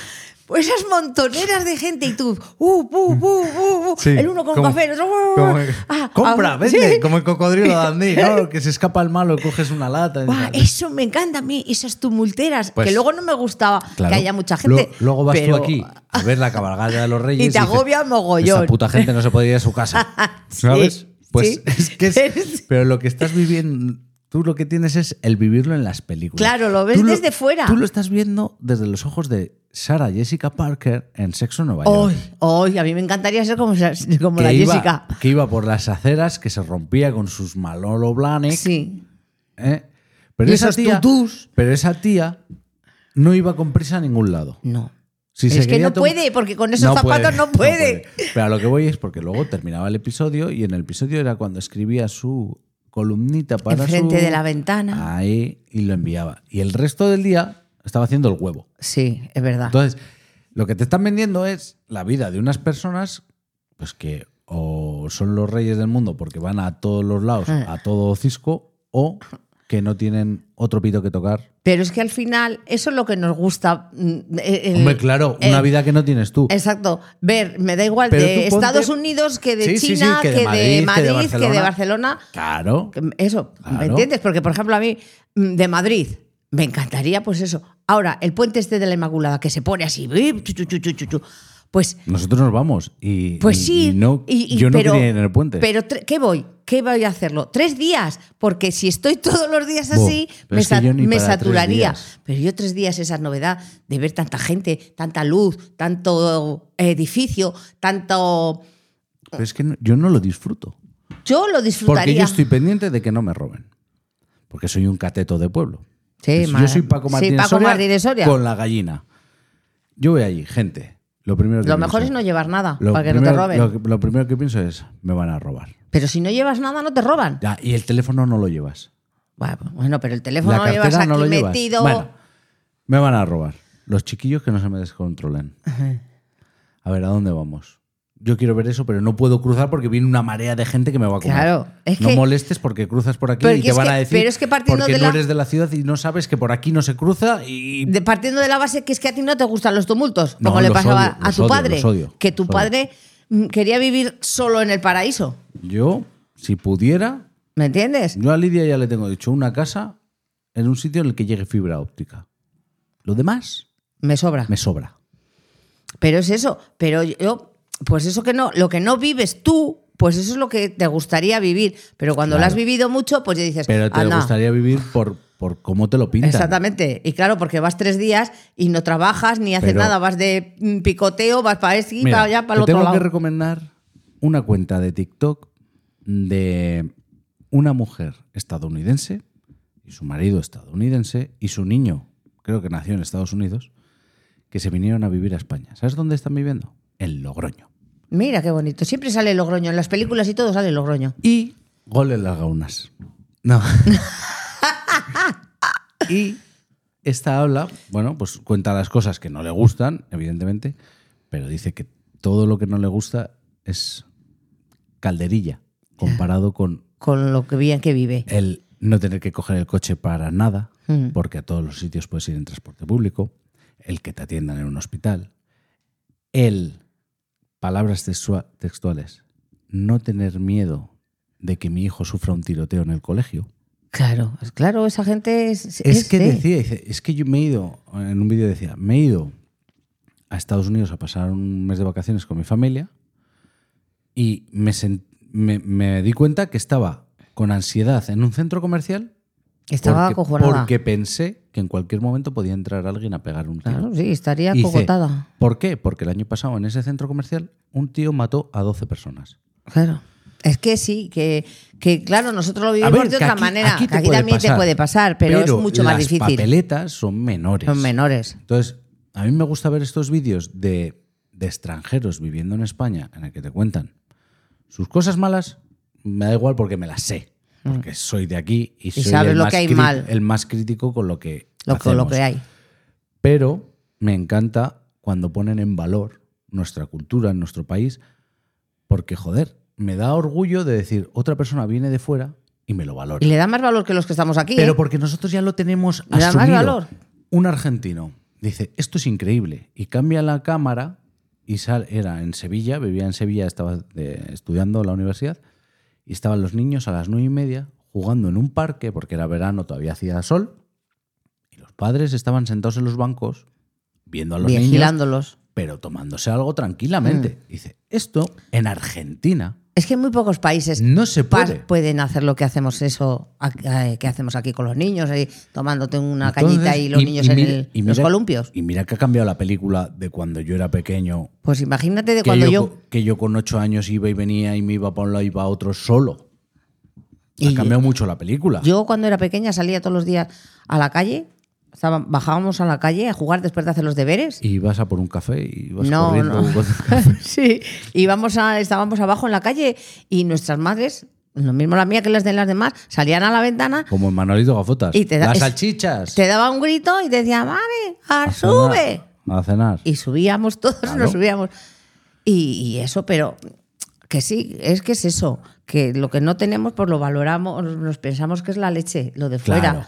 Speaker 1: Pues Esas montoneras de gente y tú, uh, uh, uh, uh, uh,
Speaker 2: Sí,
Speaker 1: el uno con
Speaker 2: como-
Speaker 1: café, el otro, uh, uh,
Speaker 2: como-
Speaker 1: ah,
Speaker 2: compra,
Speaker 1: ah,
Speaker 2: vende,
Speaker 1: sí.
Speaker 2: como el cocodrilo Dandy, ¿no? Que se escapa el malo, coges una lata. y
Speaker 1: Buah,
Speaker 2: tal.
Speaker 1: eso me encanta a mí, esas tumulteras,
Speaker 2: Pues,
Speaker 1: que luego no me gustaba
Speaker 2: Claro.
Speaker 1: que haya mucha gente.
Speaker 2: Lo- luego vas
Speaker 1: pero-
Speaker 2: tú aquí a ver la cabalgata de los reyes.
Speaker 1: te
Speaker 2: dices,
Speaker 1: agobia mogollón.
Speaker 2: Esa puta gente no se puede ir a su casa.
Speaker 1: Sí,
Speaker 2: ¿Sabes? Pues
Speaker 1: sí.
Speaker 2: es que es- Pero lo que estás viviendo. Tú lo que tienes es el vivirlo en las películas.
Speaker 1: Claro, lo ves
Speaker 2: Tú
Speaker 1: desde fuera.
Speaker 2: Tú lo estás viendo desde los ojos de Sarah Jessica Parker en Sexo en Nueva York.
Speaker 1: Hoy, hoy, a mí me encantaría ser como, esa- como
Speaker 2: que
Speaker 1: la
Speaker 2: iba-
Speaker 1: Jessica.
Speaker 2: Que iba por las aceras, que se rompía con sus malolo blanes.
Speaker 1: Sí.
Speaker 2: ¿eh? Pero,
Speaker 1: Y
Speaker 2: esa
Speaker 1: esos
Speaker 2: tía,
Speaker 1: tutús.
Speaker 2: pero esa tía no iba con prisa a ningún lado.
Speaker 1: No.
Speaker 2: Si
Speaker 1: Es
Speaker 2: se
Speaker 1: que
Speaker 2: quería
Speaker 1: no
Speaker 2: tom-
Speaker 1: puede, porque con esos zapatos no puede.
Speaker 2: Pero a lo que voy es porque luego terminaba el episodio y en el episodio era cuando escribía su columnita para
Speaker 1: Enfrente
Speaker 2: su- Ah.
Speaker 1: de la ventana.
Speaker 2: Ahí, y lo enviaba. Y el resto del día estaba haciendo el huevo.
Speaker 1: Ah. Sí, es verdad.
Speaker 2: Entonces, lo que te están vendiendo es la vida de unas personas pues que o son los reyes del mundo porque van a todos los lados,
Speaker 1: Ah.
Speaker 2: a todo cisco, o que no tienen otro pito que tocar.
Speaker 1: Pero es que al final, eso es lo que nos gusta. mm, el-
Speaker 2: Hombre, claro, una
Speaker 1: el-
Speaker 2: vida que no tienes tú.
Speaker 1: Exacto. Ver, me da igual
Speaker 2: Pero
Speaker 1: de
Speaker 2: tú ponte-
Speaker 1: Estados Unidos que de
Speaker 2: Sí, sí, sí,
Speaker 1: China,
Speaker 2: que de
Speaker 1: que, de
Speaker 2: Madrid, que de
Speaker 1: Madrid, que de
Speaker 2: Barcelona.
Speaker 1: Barcelona.
Speaker 2: Claro.
Speaker 1: Eso,
Speaker 2: Claro.
Speaker 1: ¿me entiendes? Porque, por ejemplo, a mí, mm, de Madrid, me encantaría, pues eso. Ahora, el puente este de la Inmaculada, que se pone así, bip, chu, chu, chu, chu, chu, chu. pues,
Speaker 2: Nosotros nos vamos y,
Speaker 1: pues
Speaker 2: y-
Speaker 1: sí.
Speaker 2: y no,
Speaker 1: y- y-
Speaker 2: yo no
Speaker 1: pero-
Speaker 2: quería ir en el puente.
Speaker 1: Pero, tre- ¿qué voy? ¿Qué voy a hacerlo? ¿Tres días? Porque si estoy todos los días
Speaker 2: Buah,
Speaker 1: así,
Speaker 2: pero
Speaker 1: me,
Speaker 2: es que
Speaker 1: sa-
Speaker 2: yo ni
Speaker 1: me
Speaker 2: para tres
Speaker 1: saturaría.
Speaker 2: días.
Speaker 1: Pero yo tres días esa novedad de ver tanta gente, tanta luz, tanto eh, edificio, tanto...
Speaker 2: Pero es que no- yo no lo disfruto.
Speaker 1: Yo lo
Speaker 2: Porque
Speaker 1: disfrutaría.
Speaker 2: yo estoy pendiente de que no me roben. Porque soy un cateto de pueblo.
Speaker 1: Sí,
Speaker 2: Pues
Speaker 1: madre.
Speaker 2: yo soy Paco
Speaker 1: Eh, Sí,
Speaker 2: Martínez,
Speaker 1: Paco
Speaker 2: Soria
Speaker 1: Martínez Soria.
Speaker 2: con la gallina. Yo voy allí, gente. Lo primero que
Speaker 1: Lo
Speaker 2: pienso-
Speaker 1: mejor es no llevar nada,
Speaker 2: lo
Speaker 1: para que no
Speaker 2: primero-
Speaker 1: te roben.
Speaker 2: Lo, que- lo primero que pienso es, me van a robar.
Speaker 1: Pero si no llevas nada, no te roban.
Speaker 2: Ya, y el teléfono no lo llevas.
Speaker 1: Bueno, pero el
Speaker 2: la
Speaker 1: teléfono lo
Speaker 2: cartera
Speaker 1: llevas aquí
Speaker 2: no lo llevas.
Speaker 1: metido.
Speaker 2: Bueno, me van a robar. Los chiquillos que no se me descontrolen. A ver, ¿a dónde vamos? Yo quiero ver eso, pero no puedo cruzar porque viene una marea de gente que me va a comer.
Speaker 1: Claro, es
Speaker 2: no
Speaker 1: que-
Speaker 2: molestes porque cruzas por aquí
Speaker 1: Pero
Speaker 2: y
Speaker 1: que
Speaker 2: te
Speaker 1: es
Speaker 2: van
Speaker 1: que-
Speaker 2: a decir
Speaker 1: pero es que partiendo
Speaker 2: porque
Speaker 1: de
Speaker 2: no
Speaker 1: la-
Speaker 2: eres de la ciudad y no sabes que por aquí no se cruza y
Speaker 1: De- partiendo de la base que es que a ti no te gustan los tumultos,
Speaker 2: No,
Speaker 1: como le
Speaker 2: los
Speaker 1: pasaba
Speaker 2: odio,
Speaker 1: a
Speaker 2: los
Speaker 1: tu
Speaker 2: odio,
Speaker 1: padre.
Speaker 2: los odio,
Speaker 1: que tu
Speaker 2: los odio.
Speaker 1: padre mm, quería vivir solo en el paraíso.
Speaker 2: Yo, si pudiera,
Speaker 1: ¿Me entiendes?
Speaker 2: yo a Lidia ya le tengo dicho una casa en un sitio en el que llegue fibra óptica. Lo demás
Speaker 1: Me sobra.
Speaker 2: me sobra.
Speaker 1: Pero es eso. Pero yo, pues eso que no, lo que no vives tú, pues eso es lo que te gustaría vivir. Pero cuando lo has vivido mucho, pues ya dices,
Speaker 2: Pero te
Speaker 1: "Anda".
Speaker 2: gustaría vivir por, por cómo te lo pintan.
Speaker 1: Exactamente. Y claro, porque vas tres días y no trabajas ni haces
Speaker 2: Pero-
Speaker 1: nada, vas de mm, picoteo, vas para este y
Speaker 2: Mira,
Speaker 1: para allá,
Speaker 2: te
Speaker 1: para el otro
Speaker 2: tengo que
Speaker 1: lado.
Speaker 2: recomendar una cuenta de TikTok de una mujer estadounidense y su marido estadounidense y su niño, creo que nació en Estados Unidos, que se vinieron a vivir a España. ¿Sabes dónde están viviendo? En Logroño.
Speaker 1: Mira qué bonito. Siempre sale Logroño. En las películas y todo sale Logroño.
Speaker 2: Y gol en las gaunas. No. y esta habla, bueno, pues cuenta las cosas que no le gustan, evidentemente, pero dice que todo lo que no le gusta es calderilla comparado con
Speaker 1: Con lo que bien que vive.
Speaker 2: el no tener que coger el coche para nada,
Speaker 1: Mm.
Speaker 2: porque a todos los sitios puedes ir en transporte público, el que te atiendan en un hospital, el, palabras textua- textuales, no tener miedo de que mi hijo sufra un tiroteo en el colegio.
Speaker 1: Claro, es- claro, esa gente es. Es,
Speaker 2: Es que
Speaker 1: de-
Speaker 2: decía, dice, es que yo me he ido, en un vídeo decía, me he ido a Estados Unidos a pasar un mes de vacaciones con mi familia y me, sen- me- me di cuenta que estaba con ansiedad en un centro comercial
Speaker 1: Estaba
Speaker 2: porque,
Speaker 1: acojonada.
Speaker 2: porque pensé que en cualquier momento podía entrar alguien a pegar un tiro.
Speaker 1: Claro, sí, estaría
Speaker 2: Y dice,
Speaker 1: acogotada.
Speaker 2: ¿Por qué? Porque el año pasado en ese centro comercial un tío mató a 12 personas.
Speaker 1: Claro. Es que sí, que, que claro, nosotros lo
Speaker 2: A
Speaker 1: vivimos
Speaker 2: ver,
Speaker 1: de
Speaker 2: que
Speaker 1: otra
Speaker 2: aquí-
Speaker 1: manera.
Speaker 2: aquí
Speaker 1: que
Speaker 2: te
Speaker 1: aquí
Speaker 2: puede
Speaker 1: también te
Speaker 2: pasar,
Speaker 1: puede pasar, pero, es mucho más
Speaker 2: las
Speaker 1: difícil.
Speaker 2: papeletas son menores.
Speaker 1: Son menores.
Speaker 2: Entonces, a mí me gusta ver estos vídeos de, de extranjeros viviendo en España en el que te cuentan sus cosas malas, me da igual porque me las sé. Porque soy de aquí y soy
Speaker 1: Mm. sabes
Speaker 2: el,
Speaker 1: lo
Speaker 2: más
Speaker 1: que hay
Speaker 2: cri-
Speaker 1: mal.
Speaker 2: el más crítico con lo que
Speaker 1: Lo, que- lo
Speaker 2: hacemos.
Speaker 1: que hay.
Speaker 2: Pero me encanta cuando ponen en valor nuestra cultura en nuestro país, porque joder, me da orgullo de decir, otra persona viene de fuera y me lo valora.
Speaker 1: Y le da más valor que los que estamos aquí.
Speaker 2: Pero
Speaker 1: ¿eh?
Speaker 2: porque nosotros ya lo tenemos
Speaker 1: Le da más
Speaker 2: asumido.
Speaker 1: valor.
Speaker 2: Un argentino dice, esto es increíble. Y cambia la cámara y sal, era en Sevilla, vivía en Sevilla, estaba de- estudiando en la universidad. Y estaban los niños a las nueve y media jugando en un parque, porque era verano, todavía hacía sol. Y los padres estaban sentados en los bancos, viendo a los niños,
Speaker 1: vigilándolos.
Speaker 2: pero tomándose algo tranquilamente.
Speaker 1: Mm.
Speaker 2: Dice, esto en Argentina
Speaker 1: Es que en muy pocos países
Speaker 2: no se
Speaker 1: pa-
Speaker 2: puede.
Speaker 1: pueden hacer lo que hacemos eso a- eh, que hacemos aquí con los niños, ahí, tomándote una cañita
Speaker 2: Entonces,
Speaker 1: y los niños en
Speaker 2: mira-
Speaker 1: el-
Speaker 2: y
Speaker 1: los
Speaker 2: mira-
Speaker 1: columpios.
Speaker 2: Y mira que ha cambiado la película de cuando yo era pequeño.
Speaker 1: Pues imagínate de
Speaker 2: Que
Speaker 1: cuando
Speaker 2: yo,
Speaker 1: yo,
Speaker 2: co- que yo con ocho años iba y venía y me iba para un lado y iba a otro solo.
Speaker 1: Y
Speaker 2: ha cambiado mucho la película.
Speaker 1: Yo cuando era pequeña salía todos los días a la calle, estaba- bajábamos a la calle a jugar después de hacer los deberes.
Speaker 2: y vas a por un café y vas
Speaker 1: No,
Speaker 2: corriendo.
Speaker 1: no.
Speaker 2: con-
Speaker 1: sí, íbamos a, estábamos abajo en la calle y nuestras madres, lo mismo la mía que las de las demás, salían a la ventana,
Speaker 2: Como en Manolito Gafotas.
Speaker 1: Y te da-
Speaker 2: Las
Speaker 1: es-
Speaker 2: salchichas.
Speaker 1: te daban un grito y te decían, mami, ah,
Speaker 2: A cenar,
Speaker 1: sube.
Speaker 2: A cenar.
Speaker 1: Y subíamos todos,
Speaker 2: Claro.
Speaker 1: nos subíamos. Y, y eso, pero que sí, es que es eso, que lo que no tenemos pues lo valoramos, nos pensamos que es la leche, lo de fuera.
Speaker 2: Claro.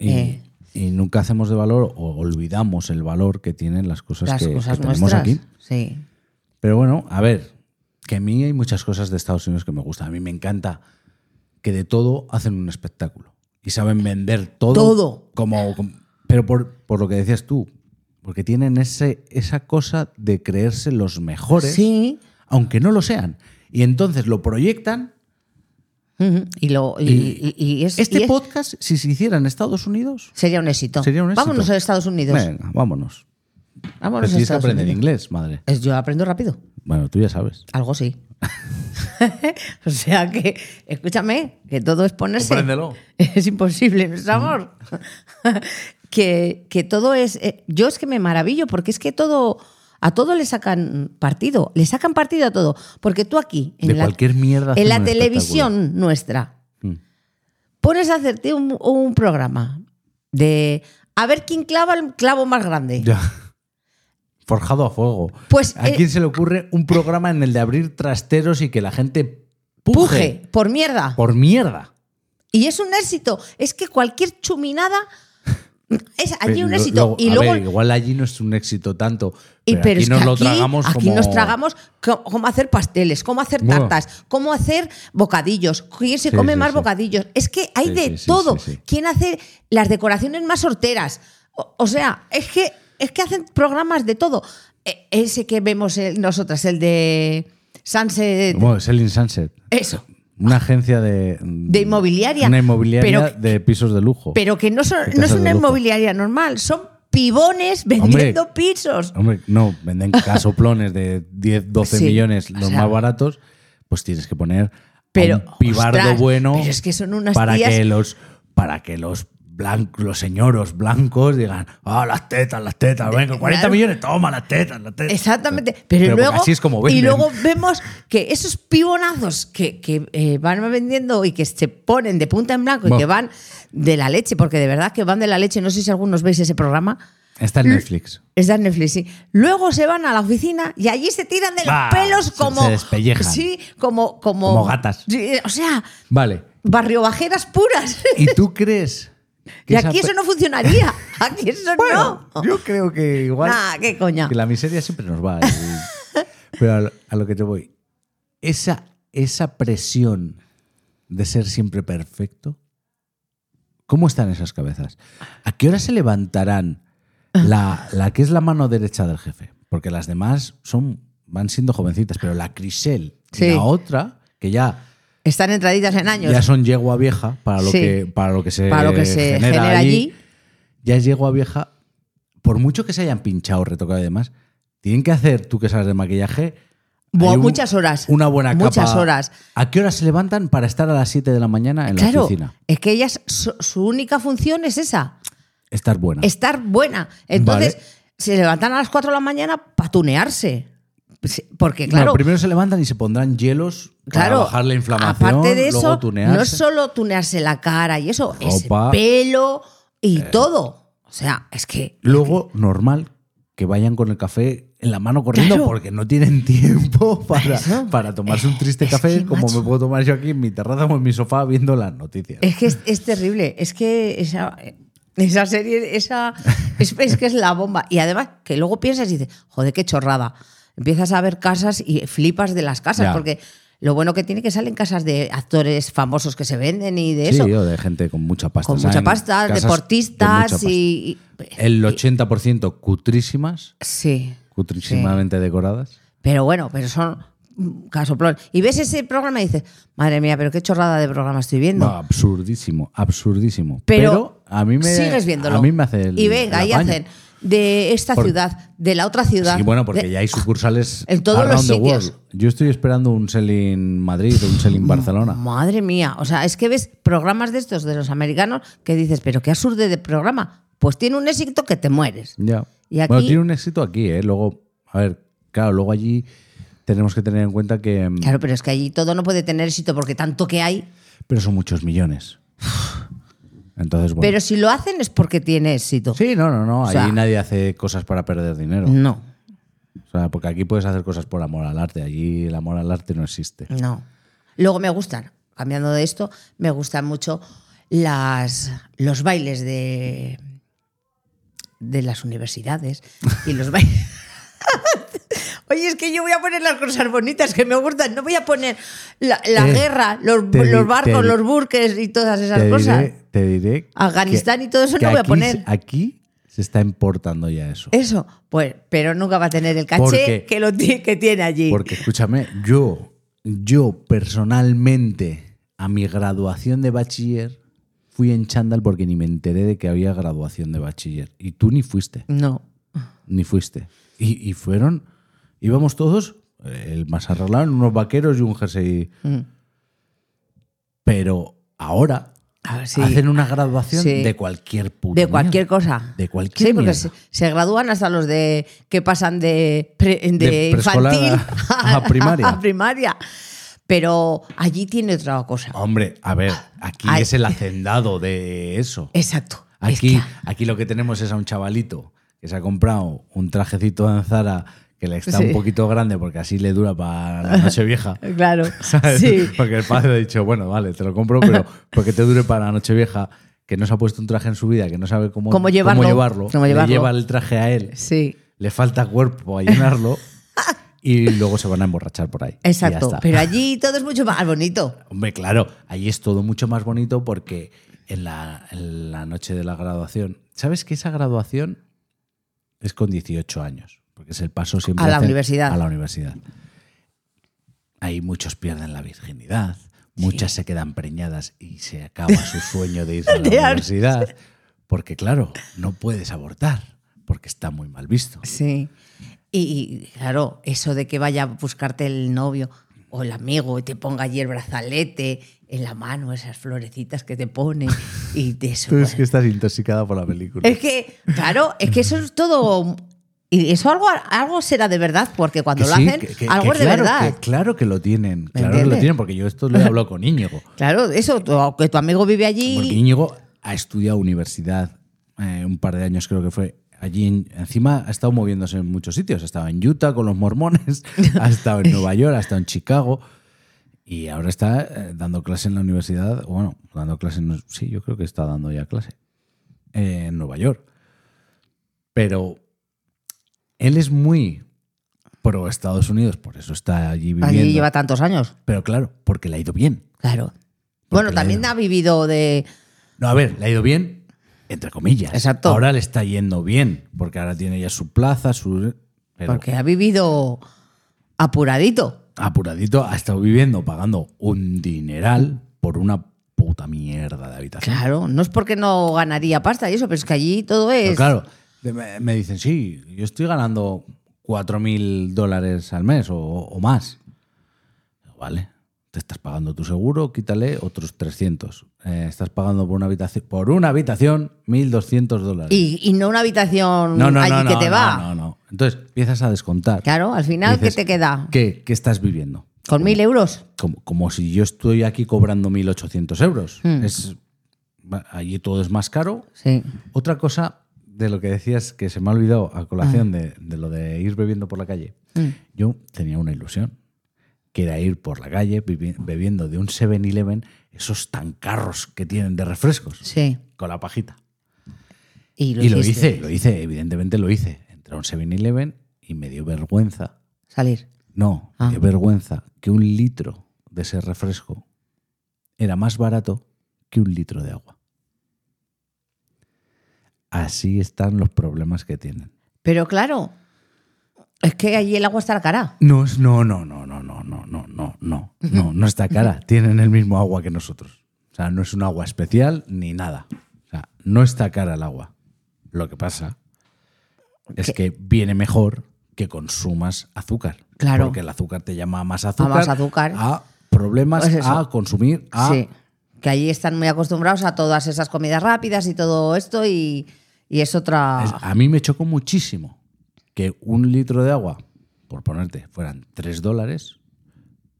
Speaker 2: Y,
Speaker 1: Eh.
Speaker 2: y nunca hacemos de valor o olvidamos el valor que tienen las cosas
Speaker 1: Las
Speaker 2: pues que,
Speaker 1: cosas
Speaker 2: que tenemos
Speaker 1: nuestras.
Speaker 2: aquí.
Speaker 1: Sí.
Speaker 2: Pero bueno, a ver, que a mí hay muchas cosas de Estados Unidos que me gustan. A mí me encanta que de todo hacen un espectáculo y saben vender todo.
Speaker 1: Todo.
Speaker 2: Como, como- pero por, por lo que decías tú, porque tienen ese, esa cosa de creerse los mejores,
Speaker 1: Sí.
Speaker 2: aunque no lo sean. Y entonces lo proyectan.
Speaker 1: Ujú. Y, lo, y,
Speaker 2: Y-
Speaker 1: y- y es-
Speaker 2: Este
Speaker 1: Pues, y es-
Speaker 2: podcast, si se hiciera en Estados Unidos,
Speaker 1: sería un éxito.
Speaker 2: sería un éxito. pues
Speaker 1: Vámonos a Estados Unidos.
Speaker 2: Venga, vámonos.
Speaker 1: Vámonos a
Speaker 2: Preciso
Speaker 1: Estados
Speaker 2: aprender
Speaker 1: Unidos.
Speaker 2: inglés, madre.
Speaker 1: Es- Yo aprendo rápido.
Speaker 2: Bueno, tú ya sabes.
Speaker 1: Algo sí. o sea que, escúchame, que todo es ponerse.
Speaker 2: Compréndelo.
Speaker 1: Es imposible,
Speaker 2: Mm.
Speaker 1: nuestro amor. que, que todo es. eh, yo es que me maravillo porque es que todo. A todo le sacan partido. Le sacan partido a todo. Porque tú aquí. En
Speaker 2: De
Speaker 1: la,
Speaker 2: cualquier mierda hacen
Speaker 1: En la
Speaker 2: un
Speaker 1: televisión nuestra.
Speaker 2: Mm.
Speaker 1: Pones a hacerte un, un programa de. A ver quién clava el clavo más grande.
Speaker 2: Ya. Forjado a fuego.
Speaker 1: Pues,
Speaker 2: ¿A
Speaker 1: eh,
Speaker 2: quién se le ocurre un programa en el de abrir trasteros y que la gente puje,
Speaker 1: Puje, por mierda.
Speaker 2: por mierda?
Speaker 1: Y es un éxito. Es que cualquier chuminada Es allí un éxito. y
Speaker 2: a
Speaker 1: luego.
Speaker 2: ver, igual allí no es un éxito tanto.
Speaker 1: y-
Speaker 2: Pero,
Speaker 1: pero
Speaker 2: aquí
Speaker 1: es
Speaker 2: nos
Speaker 1: que
Speaker 2: lo
Speaker 1: aquí-
Speaker 2: tragamos
Speaker 1: aquí
Speaker 2: como.
Speaker 1: nos tragamos co- cómo hacer pasteles, cómo hacer
Speaker 2: Buah.
Speaker 1: tartas, cómo hacer bocadillos, quién se
Speaker 2: Sí,
Speaker 1: come
Speaker 2: sí,
Speaker 1: más
Speaker 2: sí.
Speaker 1: bocadillos. Es que hay
Speaker 2: Sí,
Speaker 1: de
Speaker 2: sí, sí,
Speaker 1: todo.
Speaker 2: sí, sí.
Speaker 1: ¿Quién hace las decoraciones más sorteras? O, o sea, es que, es que hacen programas de todo. E- ese que vemos eh, nosotras, el de Sunset.
Speaker 2: Bueno, Selling Sunset.
Speaker 1: Eso.
Speaker 2: Una agencia de.
Speaker 1: De inmobiliaria.
Speaker 2: Una inmobiliaria
Speaker 1: Pero-
Speaker 2: de pisos de lujo.
Speaker 1: Pero que no, son,
Speaker 2: De
Speaker 1: no es
Speaker 2: casas de
Speaker 1: una
Speaker 2: lujo.
Speaker 1: inmobiliaria normal, son pibones vendiendo pisos.
Speaker 2: Hombre, no, venden casoplones de 10, 12
Speaker 1: Sí,
Speaker 2: millones,
Speaker 1: o
Speaker 2: los
Speaker 1: sea.
Speaker 2: más baratos, pues tienes que poner a
Speaker 1: Pero,
Speaker 2: un pibardo
Speaker 1: ostras,
Speaker 2: bueno
Speaker 1: pero es que son unas
Speaker 2: para
Speaker 1: tías-
Speaker 2: que los para que los blancos, los señoros blancos digan, ah, las tetas, las tetas, venga, 40
Speaker 1: claro.
Speaker 2: millones, toma las tetas, las tetas.
Speaker 1: Exactamente. Pero,
Speaker 2: porque
Speaker 1: luego,
Speaker 2: así es como
Speaker 1: y
Speaker 2: venden.
Speaker 1: luego vemos que esos pibonazos que, que, eh, van vendiendo y que se ponen de punta en blanco y
Speaker 2: Bueno.
Speaker 1: que van de la leche, porque de verdad que van de la leche, no sé si algunos veis ese programa.
Speaker 2: Está en Netflix.
Speaker 1: Es de Netflix, sí. Luego se van a la oficina y allí se tiran de los
Speaker 2: Ah,
Speaker 1: pelos
Speaker 2: se-
Speaker 1: como.
Speaker 2: se despellejan.
Speaker 1: Sí, como. Como,
Speaker 2: Como gatas.
Speaker 1: Sí, o sea,
Speaker 2: Vale.
Speaker 1: barrio bajeras puras.
Speaker 2: ¿Y tú crees que
Speaker 1: Y
Speaker 2: esa
Speaker 1: aquí
Speaker 2: pe-
Speaker 1: eso no funcionaría. Aquí eso
Speaker 2: Bueno,
Speaker 1: no.
Speaker 2: yo creo que igual.
Speaker 1: Nah, qué coña.
Speaker 2: Que la miseria siempre nos va. y- pero a lo, a lo que te voy. Esa, esa presión de ser siempre perfecto. ¿Cómo están esas cabezas? ¿A qué hora se levantarán la, la que es la mano derecha del jefe? Porque las demás son, van siendo jovencitas, pero la Crisel y
Speaker 1: Sí.
Speaker 2: la otra, que ya,
Speaker 1: Están entraditas en años.
Speaker 2: ya son yegua vieja para lo,
Speaker 1: Sí.
Speaker 2: que, para lo que se,
Speaker 1: para lo que se genera, allí.
Speaker 2: ya llegó a vieja, por mucho que se hayan pinchado, retocado y demás, tienen que hacer, tú que sabes de maquillaje,
Speaker 1: Buah,
Speaker 2: hay un-
Speaker 1: muchas horas.
Speaker 2: Una buena capa.
Speaker 1: Muchas horas.
Speaker 2: ¿A qué hora se levantan para estar a las 7 de la mañana en la
Speaker 1: Claro,
Speaker 2: oficina?
Speaker 1: es que ellas, su, su única función es esa,
Speaker 2: Estar buena.
Speaker 1: estar buena. Entonces,
Speaker 2: Vale.
Speaker 1: se levantan a las 4 de la mañana para tunearse. Pues, Porque,
Speaker 2: No,
Speaker 1: claro,
Speaker 2: primero se levantan y se pondrán hielos
Speaker 1: claro
Speaker 2: para bajar la inflamación,
Speaker 1: aparte de eso,
Speaker 2: luego tunearse.
Speaker 1: no es solo tunearse la cara y eso, es
Speaker 2: Ropa.
Speaker 1: pelo
Speaker 2: Eh.
Speaker 1: y todo. O sea, es que
Speaker 2: Luego, normal que vayan con el café en la mano corriendo
Speaker 1: Claro.
Speaker 2: porque no tienen tiempo para,
Speaker 1: Eso.
Speaker 2: para tomarse un triste
Speaker 1: Es
Speaker 2: café
Speaker 1: que,
Speaker 2: como
Speaker 1: macho.
Speaker 2: me puedo tomar yo aquí en mi terraza o en mi sofá viendo las noticias.
Speaker 1: Es que es, es terrible. Es que esa, esa serie esa, es, es que es la bomba. Y además, que luego piensas y dices, joder, qué chorrada. Empiezas a ver casas y flipas de las casas,
Speaker 2: Ya.
Speaker 1: porque lo bueno que tiene que salen casas de actores famosos que se venden y de
Speaker 2: Sí,
Speaker 1: eso.
Speaker 2: o de gente con mucha pasta.
Speaker 1: Con
Speaker 2: ¿saben?
Speaker 1: mucha pasta,
Speaker 2: Casas de mucha
Speaker 1: deportistas
Speaker 2: pasta.
Speaker 1: y, y-
Speaker 2: El 80% cutrísimas,
Speaker 1: Sí.
Speaker 2: cutrísimamente decoradas.
Speaker 1: Pero bueno, pero son mm, casoplón. Y ves ese programa y dices, madre mía, pero qué chorrada de programa estoy viendo.
Speaker 2: Va, absurdísimo, absurdísimo.
Speaker 1: Pero
Speaker 2: Pero, a mí me
Speaker 1: sigues viéndolo.
Speaker 2: A mí me hace el,
Speaker 1: y venga,
Speaker 2: el
Speaker 1: ahí
Speaker 2: apaño.
Speaker 1: hacen de esta
Speaker 2: Por-
Speaker 1: ciudad, de la otra ciudad.
Speaker 2: Sí, bueno, porque
Speaker 1: de-
Speaker 2: ya hay sucursales
Speaker 1: En todos
Speaker 2: around
Speaker 1: los
Speaker 2: the
Speaker 1: sitios. Mm.
Speaker 2: world. Yo estoy esperando un selling Madrid o un selling Barcelona.
Speaker 1: Madre mía, o sea, es que ves programas de estos de los americanos que dices, pero qué absurdo de programa. Pues tiene un éxito que te mueres.
Speaker 2: Ya.
Speaker 1: Y aquí-
Speaker 2: Bueno, tiene un éxito aquí, ¿eh? Luego, a ver, claro, luego allí tenemos que tener en cuenta que. mm,
Speaker 1: Claro, pero es que allí todo no puede tener éxito porque tanto que hay.
Speaker 2: Pero son muchos millones. Entonces, bueno.
Speaker 1: Pero si lo hacen es porque tiene éxito.
Speaker 2: Sí, no, no, no.
Speaker 1: O
Speaker 2: Ahí
Speaker 1: sea- Mm.
Speaker 2: nadie hace cosas para perder dinero.
Speaker 1: No,
Speaker 2: O sea, porque aquí puedes hacer cosas por amor al arte. Allí el amor al arte no existe.
Speaker 1: no. Luego me gustan, cambiando de esto, me gustan mucho las, los bailes de, de las universidades y los bailes. Oye, es que yo voy a poner las cosas bonitas que me gustan. No voy a poner la, la
Speaker 2: Eh,
Speaker 1: guerra, los,
Speaker 2: te di-
Speaker 1: los barcos,
Speaker 2: te-
Speaker 1: los burques y todas esas
Speaker 2: te,
Speaker 1: cosas.
Speaker 2: diré, te diré que-
Speaker 1: Afganistán y todo eso
Speaker 2: que
Speaker 1: no voy a
Speaker 2: aquí
Speaker 1: poner.
Speaker 2: se- Aquí se está importando ya eso.
Speaker 1: Eso, pues, pero nunca va a tener el caché
Speaker 2: Porque-
Speaker 1: que, lo ti- que tiene allí.
Speaker 2: Porque escúchame, yo, yo personalmente, a mi graduación de bachiller, fui en chándal porque ni me enteré de que había graduación de bachiller. Y tú ni fuiste,
Speaker 1: No.
Speaker 2: ni fuiste. Y, y fueron, íbamos todos, eh, el más arreglado, en unos vaqueros y un jersey.
Speaker 1: Mm.
Speaker 2: Pero ahora
Speaker 1: A ver si-
Speaker 2: hacen una graduación
Speaker 1: Sí.
Speaker 2: de cualquier puta
Speaker 1: de cualquier
Speaker 2: mierda.
Speaker 1: cosa.
Speaker 2: De cualquier
Speaker 1: Sí, porque
Speaker 2: mierda.
Speaker 1: se, se gradúan hasta los de que pasan de, pre- de
Speaker 2: De preescolar
Speaker 1: infantil
Speaker 2: a- a primaria.
Speaker 1: a primaria. Pero allí tiene otra cosa.
Speaker 2: Hombre, a ver, aquí
Speaker 1: Ah, Ay.
Speaker 2: es el hacendado de eso.
Speaker 1: Exacto. Es
Speaker 2: Aquí,
Speaker 1: que-
Speaker 2: aquí lo que tenemos es a un chavalito que se ha comprado un trajecito en Zara que le está
Speaker 1: Sí.
Speaker 2: un poquito grande porque así le dura para la noche vieja.
Speaker 1: Claro.
Speaker 2: ¿sabes?
Speaker 1: Sí.
Speaker 2: Porque el padre ha dicho, bueno, vale, te lo compro, pero porque te dure para la noche vieja. que no se ha puesto un traje en su vida, que no sabe cómo,
Speaker 1: Cómo llevarlo, cómo
Speaker 2: le
Speaker 1: llevarlo.
Speaker 2: lleva el traje a él,
Speaker 1: Sí.
Speaker 2: le falta cuerpo a llenarlo y luego se van a emborrachar por ahí. Y ya
Speaker 1: Exacto.
Speaker 2: está.
Speaker 1: Pero allí todo es mucho más bonito.
Speaker 2: Hombre, claro, ahí es todo mucho más bonito porque en la, en la noche de la graduación, ¿sabes que esa graduación es con 18 años? Porque es el paso siempre
Speaker 1: A la
Speaker 2: hacen-
Speaker 1: universidad.
Speaker 2: A la universidad. Ahí muchos pierden la virginidad, muchas se quedan preñadas y se acaba su sueño de ir a
Speaker 1: De
Speaker 2: la
Speaker 1: ar-
Speaker 2: universidad. Porque claro, no puedes abortar porque está muy mal visto.
Speaker 1: Sí. Y, y, claro, eso de que vaya a buscarte el novio o el amigo y te ponga allí el brazalete en la mano, esas florecitas que te pone y de eso.
Speaker 2: Tú es que estás intoxicada por la película.
Speaker 1: Es que, claro, es que eso es todo. Y eso algo, algo será de verdad, porque cuando
Speaker 2: Que
Speaker 1: lo
Speaker 2: sí,
Speaker 1: hacen,
Speaker 2: que- que-
Speaker 1: algo
Speaker 2: que
Speaker 1: es de
Speaker 2: claro
Speaker 1: verdad.
Speaker 2: que- claro que lo tienen. Claro que lo
Speaker 1: entiendes?
Speaker 2: tienen, porque yo esto lo he hablado con Íñigo.
Speaker 1: Claro, eso, tu- que tu amigo vive allí.
Speaker 2: Porque Íñigo ha estudiado universidad eh, un par de años, creo que fue. Allí en- encima ha estado moviéndose en muchos sitios. Ha estado en Utah con los mormones, ha estado en Nueva York, ha estado en Chicago. Y ahora está eh, dando clase en la universidad. o Bueno, dando clase, no- sí, yo creo que está dando ya clase eh, en Nueva York. Pero él es muy pro Estados Unidos, por eso está allí viviendo.
Speaker 1: allí lleva tantos años.
Speaker 2: Pero claro, porque le ha ido bien.
Speaker 1: Claro.
Speaker 2: Porque
Speaker 1: Bueno,
Speaker 2: la
Speaker 1: también
Speaker 2: era.
Speaker 1: ha vivido de.
Speaker 2: No, a ver, le ha ido bien, entre comillas.
Speaker 1: Exacto.
Speaker 2: Ahora le está yendo bien, porque ahora tiene ya su plaza, su. Pero
Speaker 1: Porque ha vivido apuradito.
Speaker 2: apuradito, ha estado viviendo pagando un dineral por una puta mierda de habitación.
Speaker 1: Claro, no es porque no ganaría pasta y eso, pero es que allí todo
Speaker 2: Pero
Speaker 1: es.
Speaker 2: claro, de- me- me dicen, sí, yo estoy ganando 4.000 dólares al mes o, o más. Vale, te estás pagando tu seguro, quítale otros 300. Eh, estás pagando por una habitación, por una habitación 1.200 dólares.
Speaker 1: Y, y no una habitación
Speaker 2: no, no,
Speaker 1: allí
Speaker 2: no,
Speaker 1: que
Speaker 2: no,
Speaker 1: te
Speaker 2: no,
Speaker 1: va.
Speaker 2: no, no. Entonces empiezas a descontar.
Speaker 1: Claro, al final,
Speaker 2: Dices,
Speaker 1: ¿qué te queda?
Speaker 2: ¿Qué, qué estás viviendo?
Speaker 1: ¿Con mil euros?
Speaker 2: Como, como si yo estoy aquí cobrando 1.800 euros.
Speaker 1: Hmm.
Speaker 2: Es, va- allí todo es más caro.
Speaker 1: Sí.
Speaker 2: Otra cosa de lo que decías que se me ha olvidado a
Speaker 1: Hmm.
Speaker 2: colación de, de lo de ir bebiendo por la calle. Yo tenía una ilusión, que era ir por la calle bebi- bebiendo de un 7-Eleven esos tancarros que tienen de refrescos
Speaker 1: Sí.
Speaker 2: con la pajita.
Speaker 1: Y lo,
Speaker 2: Y lo
Speaker 1: hiciste.
Speaker 2: hice, lo hice, evidentemente lo hice. Entré a un 7-Eleven y me dio vergüenza
Speaker 1: Salir.
Speaker 2: no,
Speaker 1: Ah.
Speaker 2: qué vergüenza que un litro de ese refresco era más barato que un litro de agua. Así están los problemas que tienen.
Speaker 1: Pero claro, es que allí el agua está a la cara.
Speaker 2: No, es- no, no, no, no, no, no, no, no, no, no, no está cara. Tienen el mismo agua que nosotros. O sea, no es un agua especial ni nada. O sea, no está cara el agua. Lo que pasa es que viene mejor que consumas azúcar.
Speaker 1: Claro.
Speaker 2: Porque el azúcar te llama a más azúcar.
Speaker 1: más azúcar.
Speaker 2: A problemas,
Speaker 1: Pues eso.
Speaker 2: a consumir, a...
Speaker 1: Sí. Que allí están muy acostumbrados a todas esas comidas rápidas y todo esto y, y es otra.
Speaker 2: Es- a mí me chocó muchísimo que un litro de agua, por ponerte, fueran 3 dólares.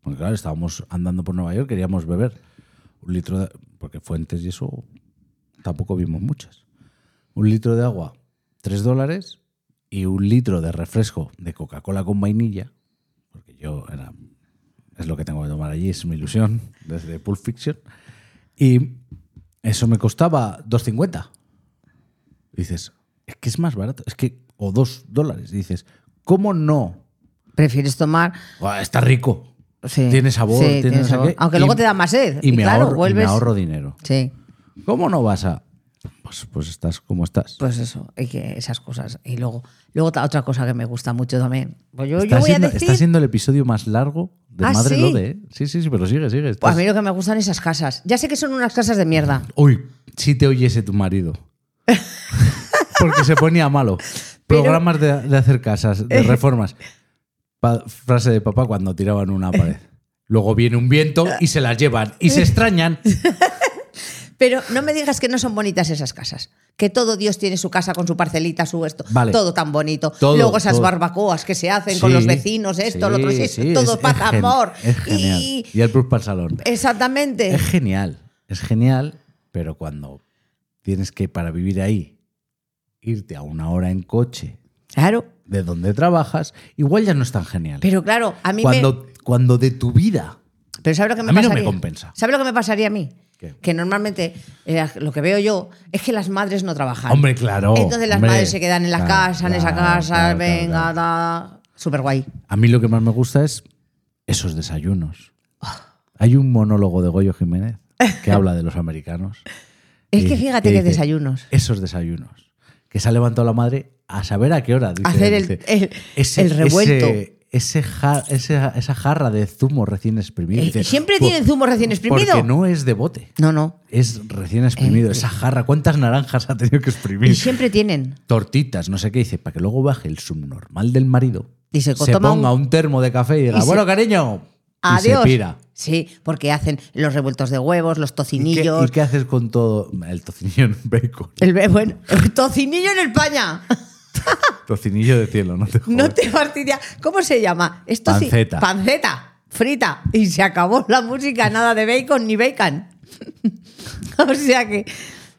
Speaker 2: Porque claro, estábamos andando por Nueva York, queríamos beber un litro de... Porque fuentes y eso tampoco vimos muchas. Un litro de agua, 3 dólares. Y un litro de refresco de Coca-Cola con vainilla. Porque yo era... Es lo que tengo que tomar allí, es mi ilusión desde Pulp Fiction. Y eso me costaba 2.50. Dices, es que es más barato, es que, o dos dólares. Dices, ¿cómo no?
Speaker 1: Prefieres tomar.
Speaker 2: Buah, está rico,
Speaker 1: Sí.
Speaker 2: tiene sabor,
Speaker 1: Sí,
Speaker 2: tiene
Speaker 1: tiene
Speaker 2: no sé
Speaker 1: sabor.
Speaker 2: qué.
Speaker 1: Aunque
Speaker 2: Y-
Speaker 1: luego te da más sed.
Speaker 2: y,
Speaker 1: Y
Speaker 2: me,
Speaker 1: claro,
Speaker 2: ahorro, y me
Speaker 1: vuelves-
Speaker 2: ahorro dinero.
Speaker 1: Sí.
Speaker 2: ¿Cómo no vas a.? Pues, pues estás como estás.
Speaker 1: Pues eso, y que esas cosas. Y luego, luego ta- otra cosa que me gusta mucho también. Pues yo, yo
Speaker 2: está,
Speaker 1: voy
Speaker 2: siendo,
Speaker 1: a decir.
Speaker 2: está siendo el episodio más largo de
Speaker 1: ¿Ah,
Speaker 2: Madre
Speaker 1: sí?
Speaker 2: Lode, ¿eh? Sí, sí, sí, pero sigue, sigue.
Speaker 1: pues
Speaker 2: estás-
Speaker 1: a mí lo que me gustan esas casas. Ya sé que son unas casas de mierda.
Speaker 2: Uy, si te oyese tu marido. Porque se ponía malo.
Speaker 1: Pero-
Speaker 2: Programas de, de hacer casas, de reformas. Pa- frase de papá cuando tiraban una pared. Luego viene un viento y se las llevan y se extrañan.
Speaker 1: Pero no me digas que no son bonitas esas casas. Que todo Dios tiene su casa con su parcelita, su esto.
Speaker 2: Vale.
Speaker 1: Todo tan bonito.
Speaker 2: Todo,
Speaker 1: Luego esas
Speaker 2: todo.
Speaker 1: barbacoas que se hacen con
Speaker 2: Sí,
Speaker 1: los vecinos, esto, lo otro.
Speaker 2: sí,
Speaker 1: sí,
Speaker 2: sí,
Speaker 1: todo
Speaker 2: es-
Speaker 1: paz,
Speaker 2: es gen-
Speaker 1: amor.
Speaker 2: Es genial.
Speaker 1: Y, Eh.
Speaker 2: Y el plus para el salón.
Speaker 1: exactamente.
Speaker 2: Es genial, es genial, pero cuando tienes que, para vivir ahí, irte a una hora en coche
Speaker 1: Claro.
Speaker 2: de donde trabajas, igual ya no es tan genial.
Speaker 1: Pero claro, a mí me.
Speaker 2: cuando, cuando de tu vida
Speaker 1: Pero ¿sabes lo que me
Speaker 2: A mí no me
Speaker 1: pasaría?
Speaker 2: compensa.
Speaker 1: ¿Sabes lo que me pasaría a mí?
Speaker 2: ¿Qué?
Speaker 1: Que normalmente eh, lo que veo yo es que las madres no trabajan.
Speaker 2: Hombre, claro.
Speaker 1: Entonces las
Speaker 2: hombre.
Speaker 1: madres se quedan en la
Speaker 2: Claro,
Speaker 1: casa, en esa
Speaker 2: claro,
Speaker 1: casa,
Speaker 2: claro, claro,
Speaker 1: venga,
Speaker 2: claro.
Speaker 1: da. Súper guay.
Speaker 2: A mí lo que más me gusta es esos desayunos.
Speaker 1: Ah.
Speaker 2: Hay un monólogo de Goyo Jiménez que habla de los americanos.
Speaker 1: Es
Speaker 2: Y
Speaker 1: que fíjate que
Speaker 2: dice,
Speaker 1: desayunos.
Speaker 2: Esos desayunos. Que se ha levantado la madre a saber a qué hora. dice-
Speaker 1: Hacer el-
Speaker 2: dice,
Speaker 1: el- el revuelto.
Speaker 2: Ese, ese ja- esa- esa jarra de zumo recién exprimido.
Speaker 1: Eh,
Speaker 2: Dice,
Speaker 1: ¿siempre
Speaker 2: "Po-
Speaker 1: tienen zumo recién exprimido?"
Speaker 2: Porque no es de bote.
Speaker 1: No, no.
Speaker 2: Es recién exprimido. Esa jarra, ¿cuántas naranjas ha tenido que exprimir?
Speaker 1: Y siempre tienen.
Speaker 2: tortitas, no sé qué, dice, para que luego baje el subnormal del marido.
Speaker 1: Y se toma
Speaker 2: ponga
Speaker 1: un-
Speaker 2: un... termo de café y diga,
Speaker 1: Y se-
Speaker 2: bueno, cariño, y
Speaker 1: Adiós.
Speaker 2: se pira.
Speaker 1: Sí, porque hacen los revueltos de huevos, los
Speaker 2: ¿Y qué,
Speaker 1: tocinillos.
Speaker 2: y qué haces con todo el tocinillo en bacon?
Speaker 1: El, be- bueno, el tocinillo en España.
Speaker 2: Tocinillo de cielo, no te
Speaker 1: No
Speaker 2: jodas.
Speaker 1: te fastidia. ¿Cómo se llama? Es toci-
Speaker 2: Panceta.
Speaker 1: Panceta. Frita. Y se acabó la música, nada de bacon ni bacon. o sea que.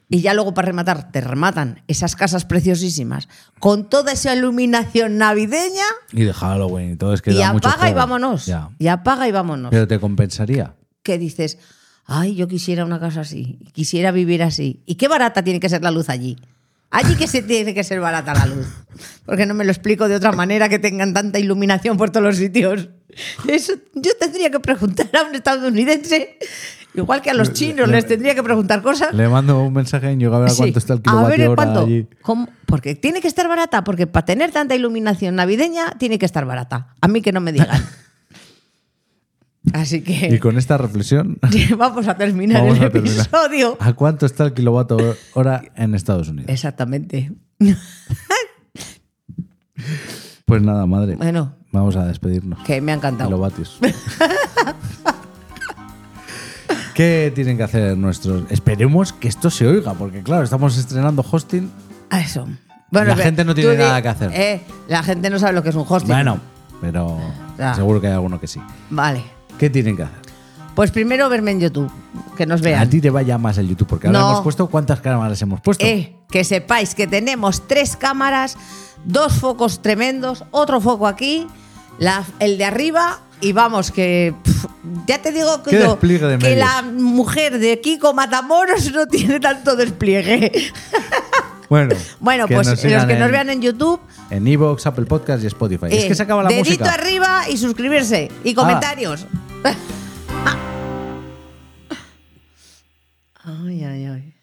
Speaker 1: Y ya luego para rematar, te rematan esas casas preciosísimas con toda esa iluminación navideña
Speaker 2: Y de Halloween y todo, es que
Speaker 1: y
Speaker 2: da mucho
Speaker 1: apaga y
Speaker 2: juego.
Speaker 1: vámonos.
Speaker 2: Ya.
Speaker 1: Y apaga y vámonos.
Speaker 2: Pero te compensaría.
Speaker 1: que dices, ay, yo quisiera una casa así, quisiera vivir así. ¿Y qué barata tiene que ser la luz allí? Allí que se tiene que ser barata la luz. Porque no me lo explico de otra manera que tengan tanta iluminación por todos los sitios. Eso yo tendría que preguntar a un estadounidense, igual que a los chinos les tendría que preguntar cosas.
Speaker 2: Le mando un mensaje en yo a ver a
Speaker 1: Sí.
Speaker 2: cuánto está el
Speaker 1: A ver
Speaker 2: kilovatio hora
Speaker 1: cuánto.
Speaker 2: allí.
Speaker 1: ¿Cómo? Porque tiene que estar barata, porque para tener tanta iluminación navideña tiene que estar barata. A mí que no me digan. Así que
Speaker 2: Y con esta reflexión,
Speaker 1: vamos a terminar
Speaker 2: vamos
Speaker 1: el
Speaker 2: a terminar.
Speaker 1: episodio.
Speaker 2: ¿A cuánto está el kilovatio hora en Estados Unidos?
Speaker 1: Exactamente.
Speaker 2: Pues nada, madre.
Speaker 1: Bueno,
Speaker 2: Vamos a despedirnos.
Speaker 1: que me ha encantado.
Speaker 2: kilovatios. ¿Qué tienen que hacer nuestros? Esperemos que esto se oiga, porque claro, estamos estrenando hosting.
Speaker 1: A eso. Bueno,
Speaker 2: La
Speaker 1: ve-
Speaker 2: gente no
Speaker 1: tú
Speaker 2: tiene
Speaker 1: di-
Speaker 2: nada que hacer.
Speaker 1: Eh, la gente no sabe lo que es un hosting.
Speaker 2: Bueno, pero
Speaker 1: Ya.
Speaker 2: seguro que hay alguno que sí.
Speaker 1: Vale.
Speaker 2: ¿Qué tienen que hacer?
Speaker 1: Pues primero verme en YouTube, que nos
Speaker 2: A
Speaker 1: vean.
Speaker 2: ti te vaya más el YouTube, porque ahora
Speaker 1: No.
Speaker 2: hemos puesto cuántas cámaras hemos puesto.
Speaker 1: Eh, que sepáis que tenemos tres cámaras, dos focos tremendos, otro foco aquí, la- el de arriba y vamos, que pf, ya te digo que,
Speaker 2: Qué
Speaker 1: yo-
Speaker 2: despliegue de
Speaker 1: que
Speaker 2: medios.
Speaker 1: la mujer de Kiko Matamoros no tiene tanto despliegue.
Speaker 2: Bueno,
Speaker 1: Bueno,
Speaker 2: que
Speaker 1: pues
Speaker 2: nos
Speaker 1: los
Speaker 2: sigan
Speaker 1: que nos vean en YouTube,
Speaker 2: En Evox, Apple Podcast y Spotify. es
Speaker 1: eh,
Speaker 2: que se acaba la
Speaker 1: dedito
Speaker 2: música. Ah.
Speaker 1: arriba y suscribirse y comentarios. ay, ay, ay.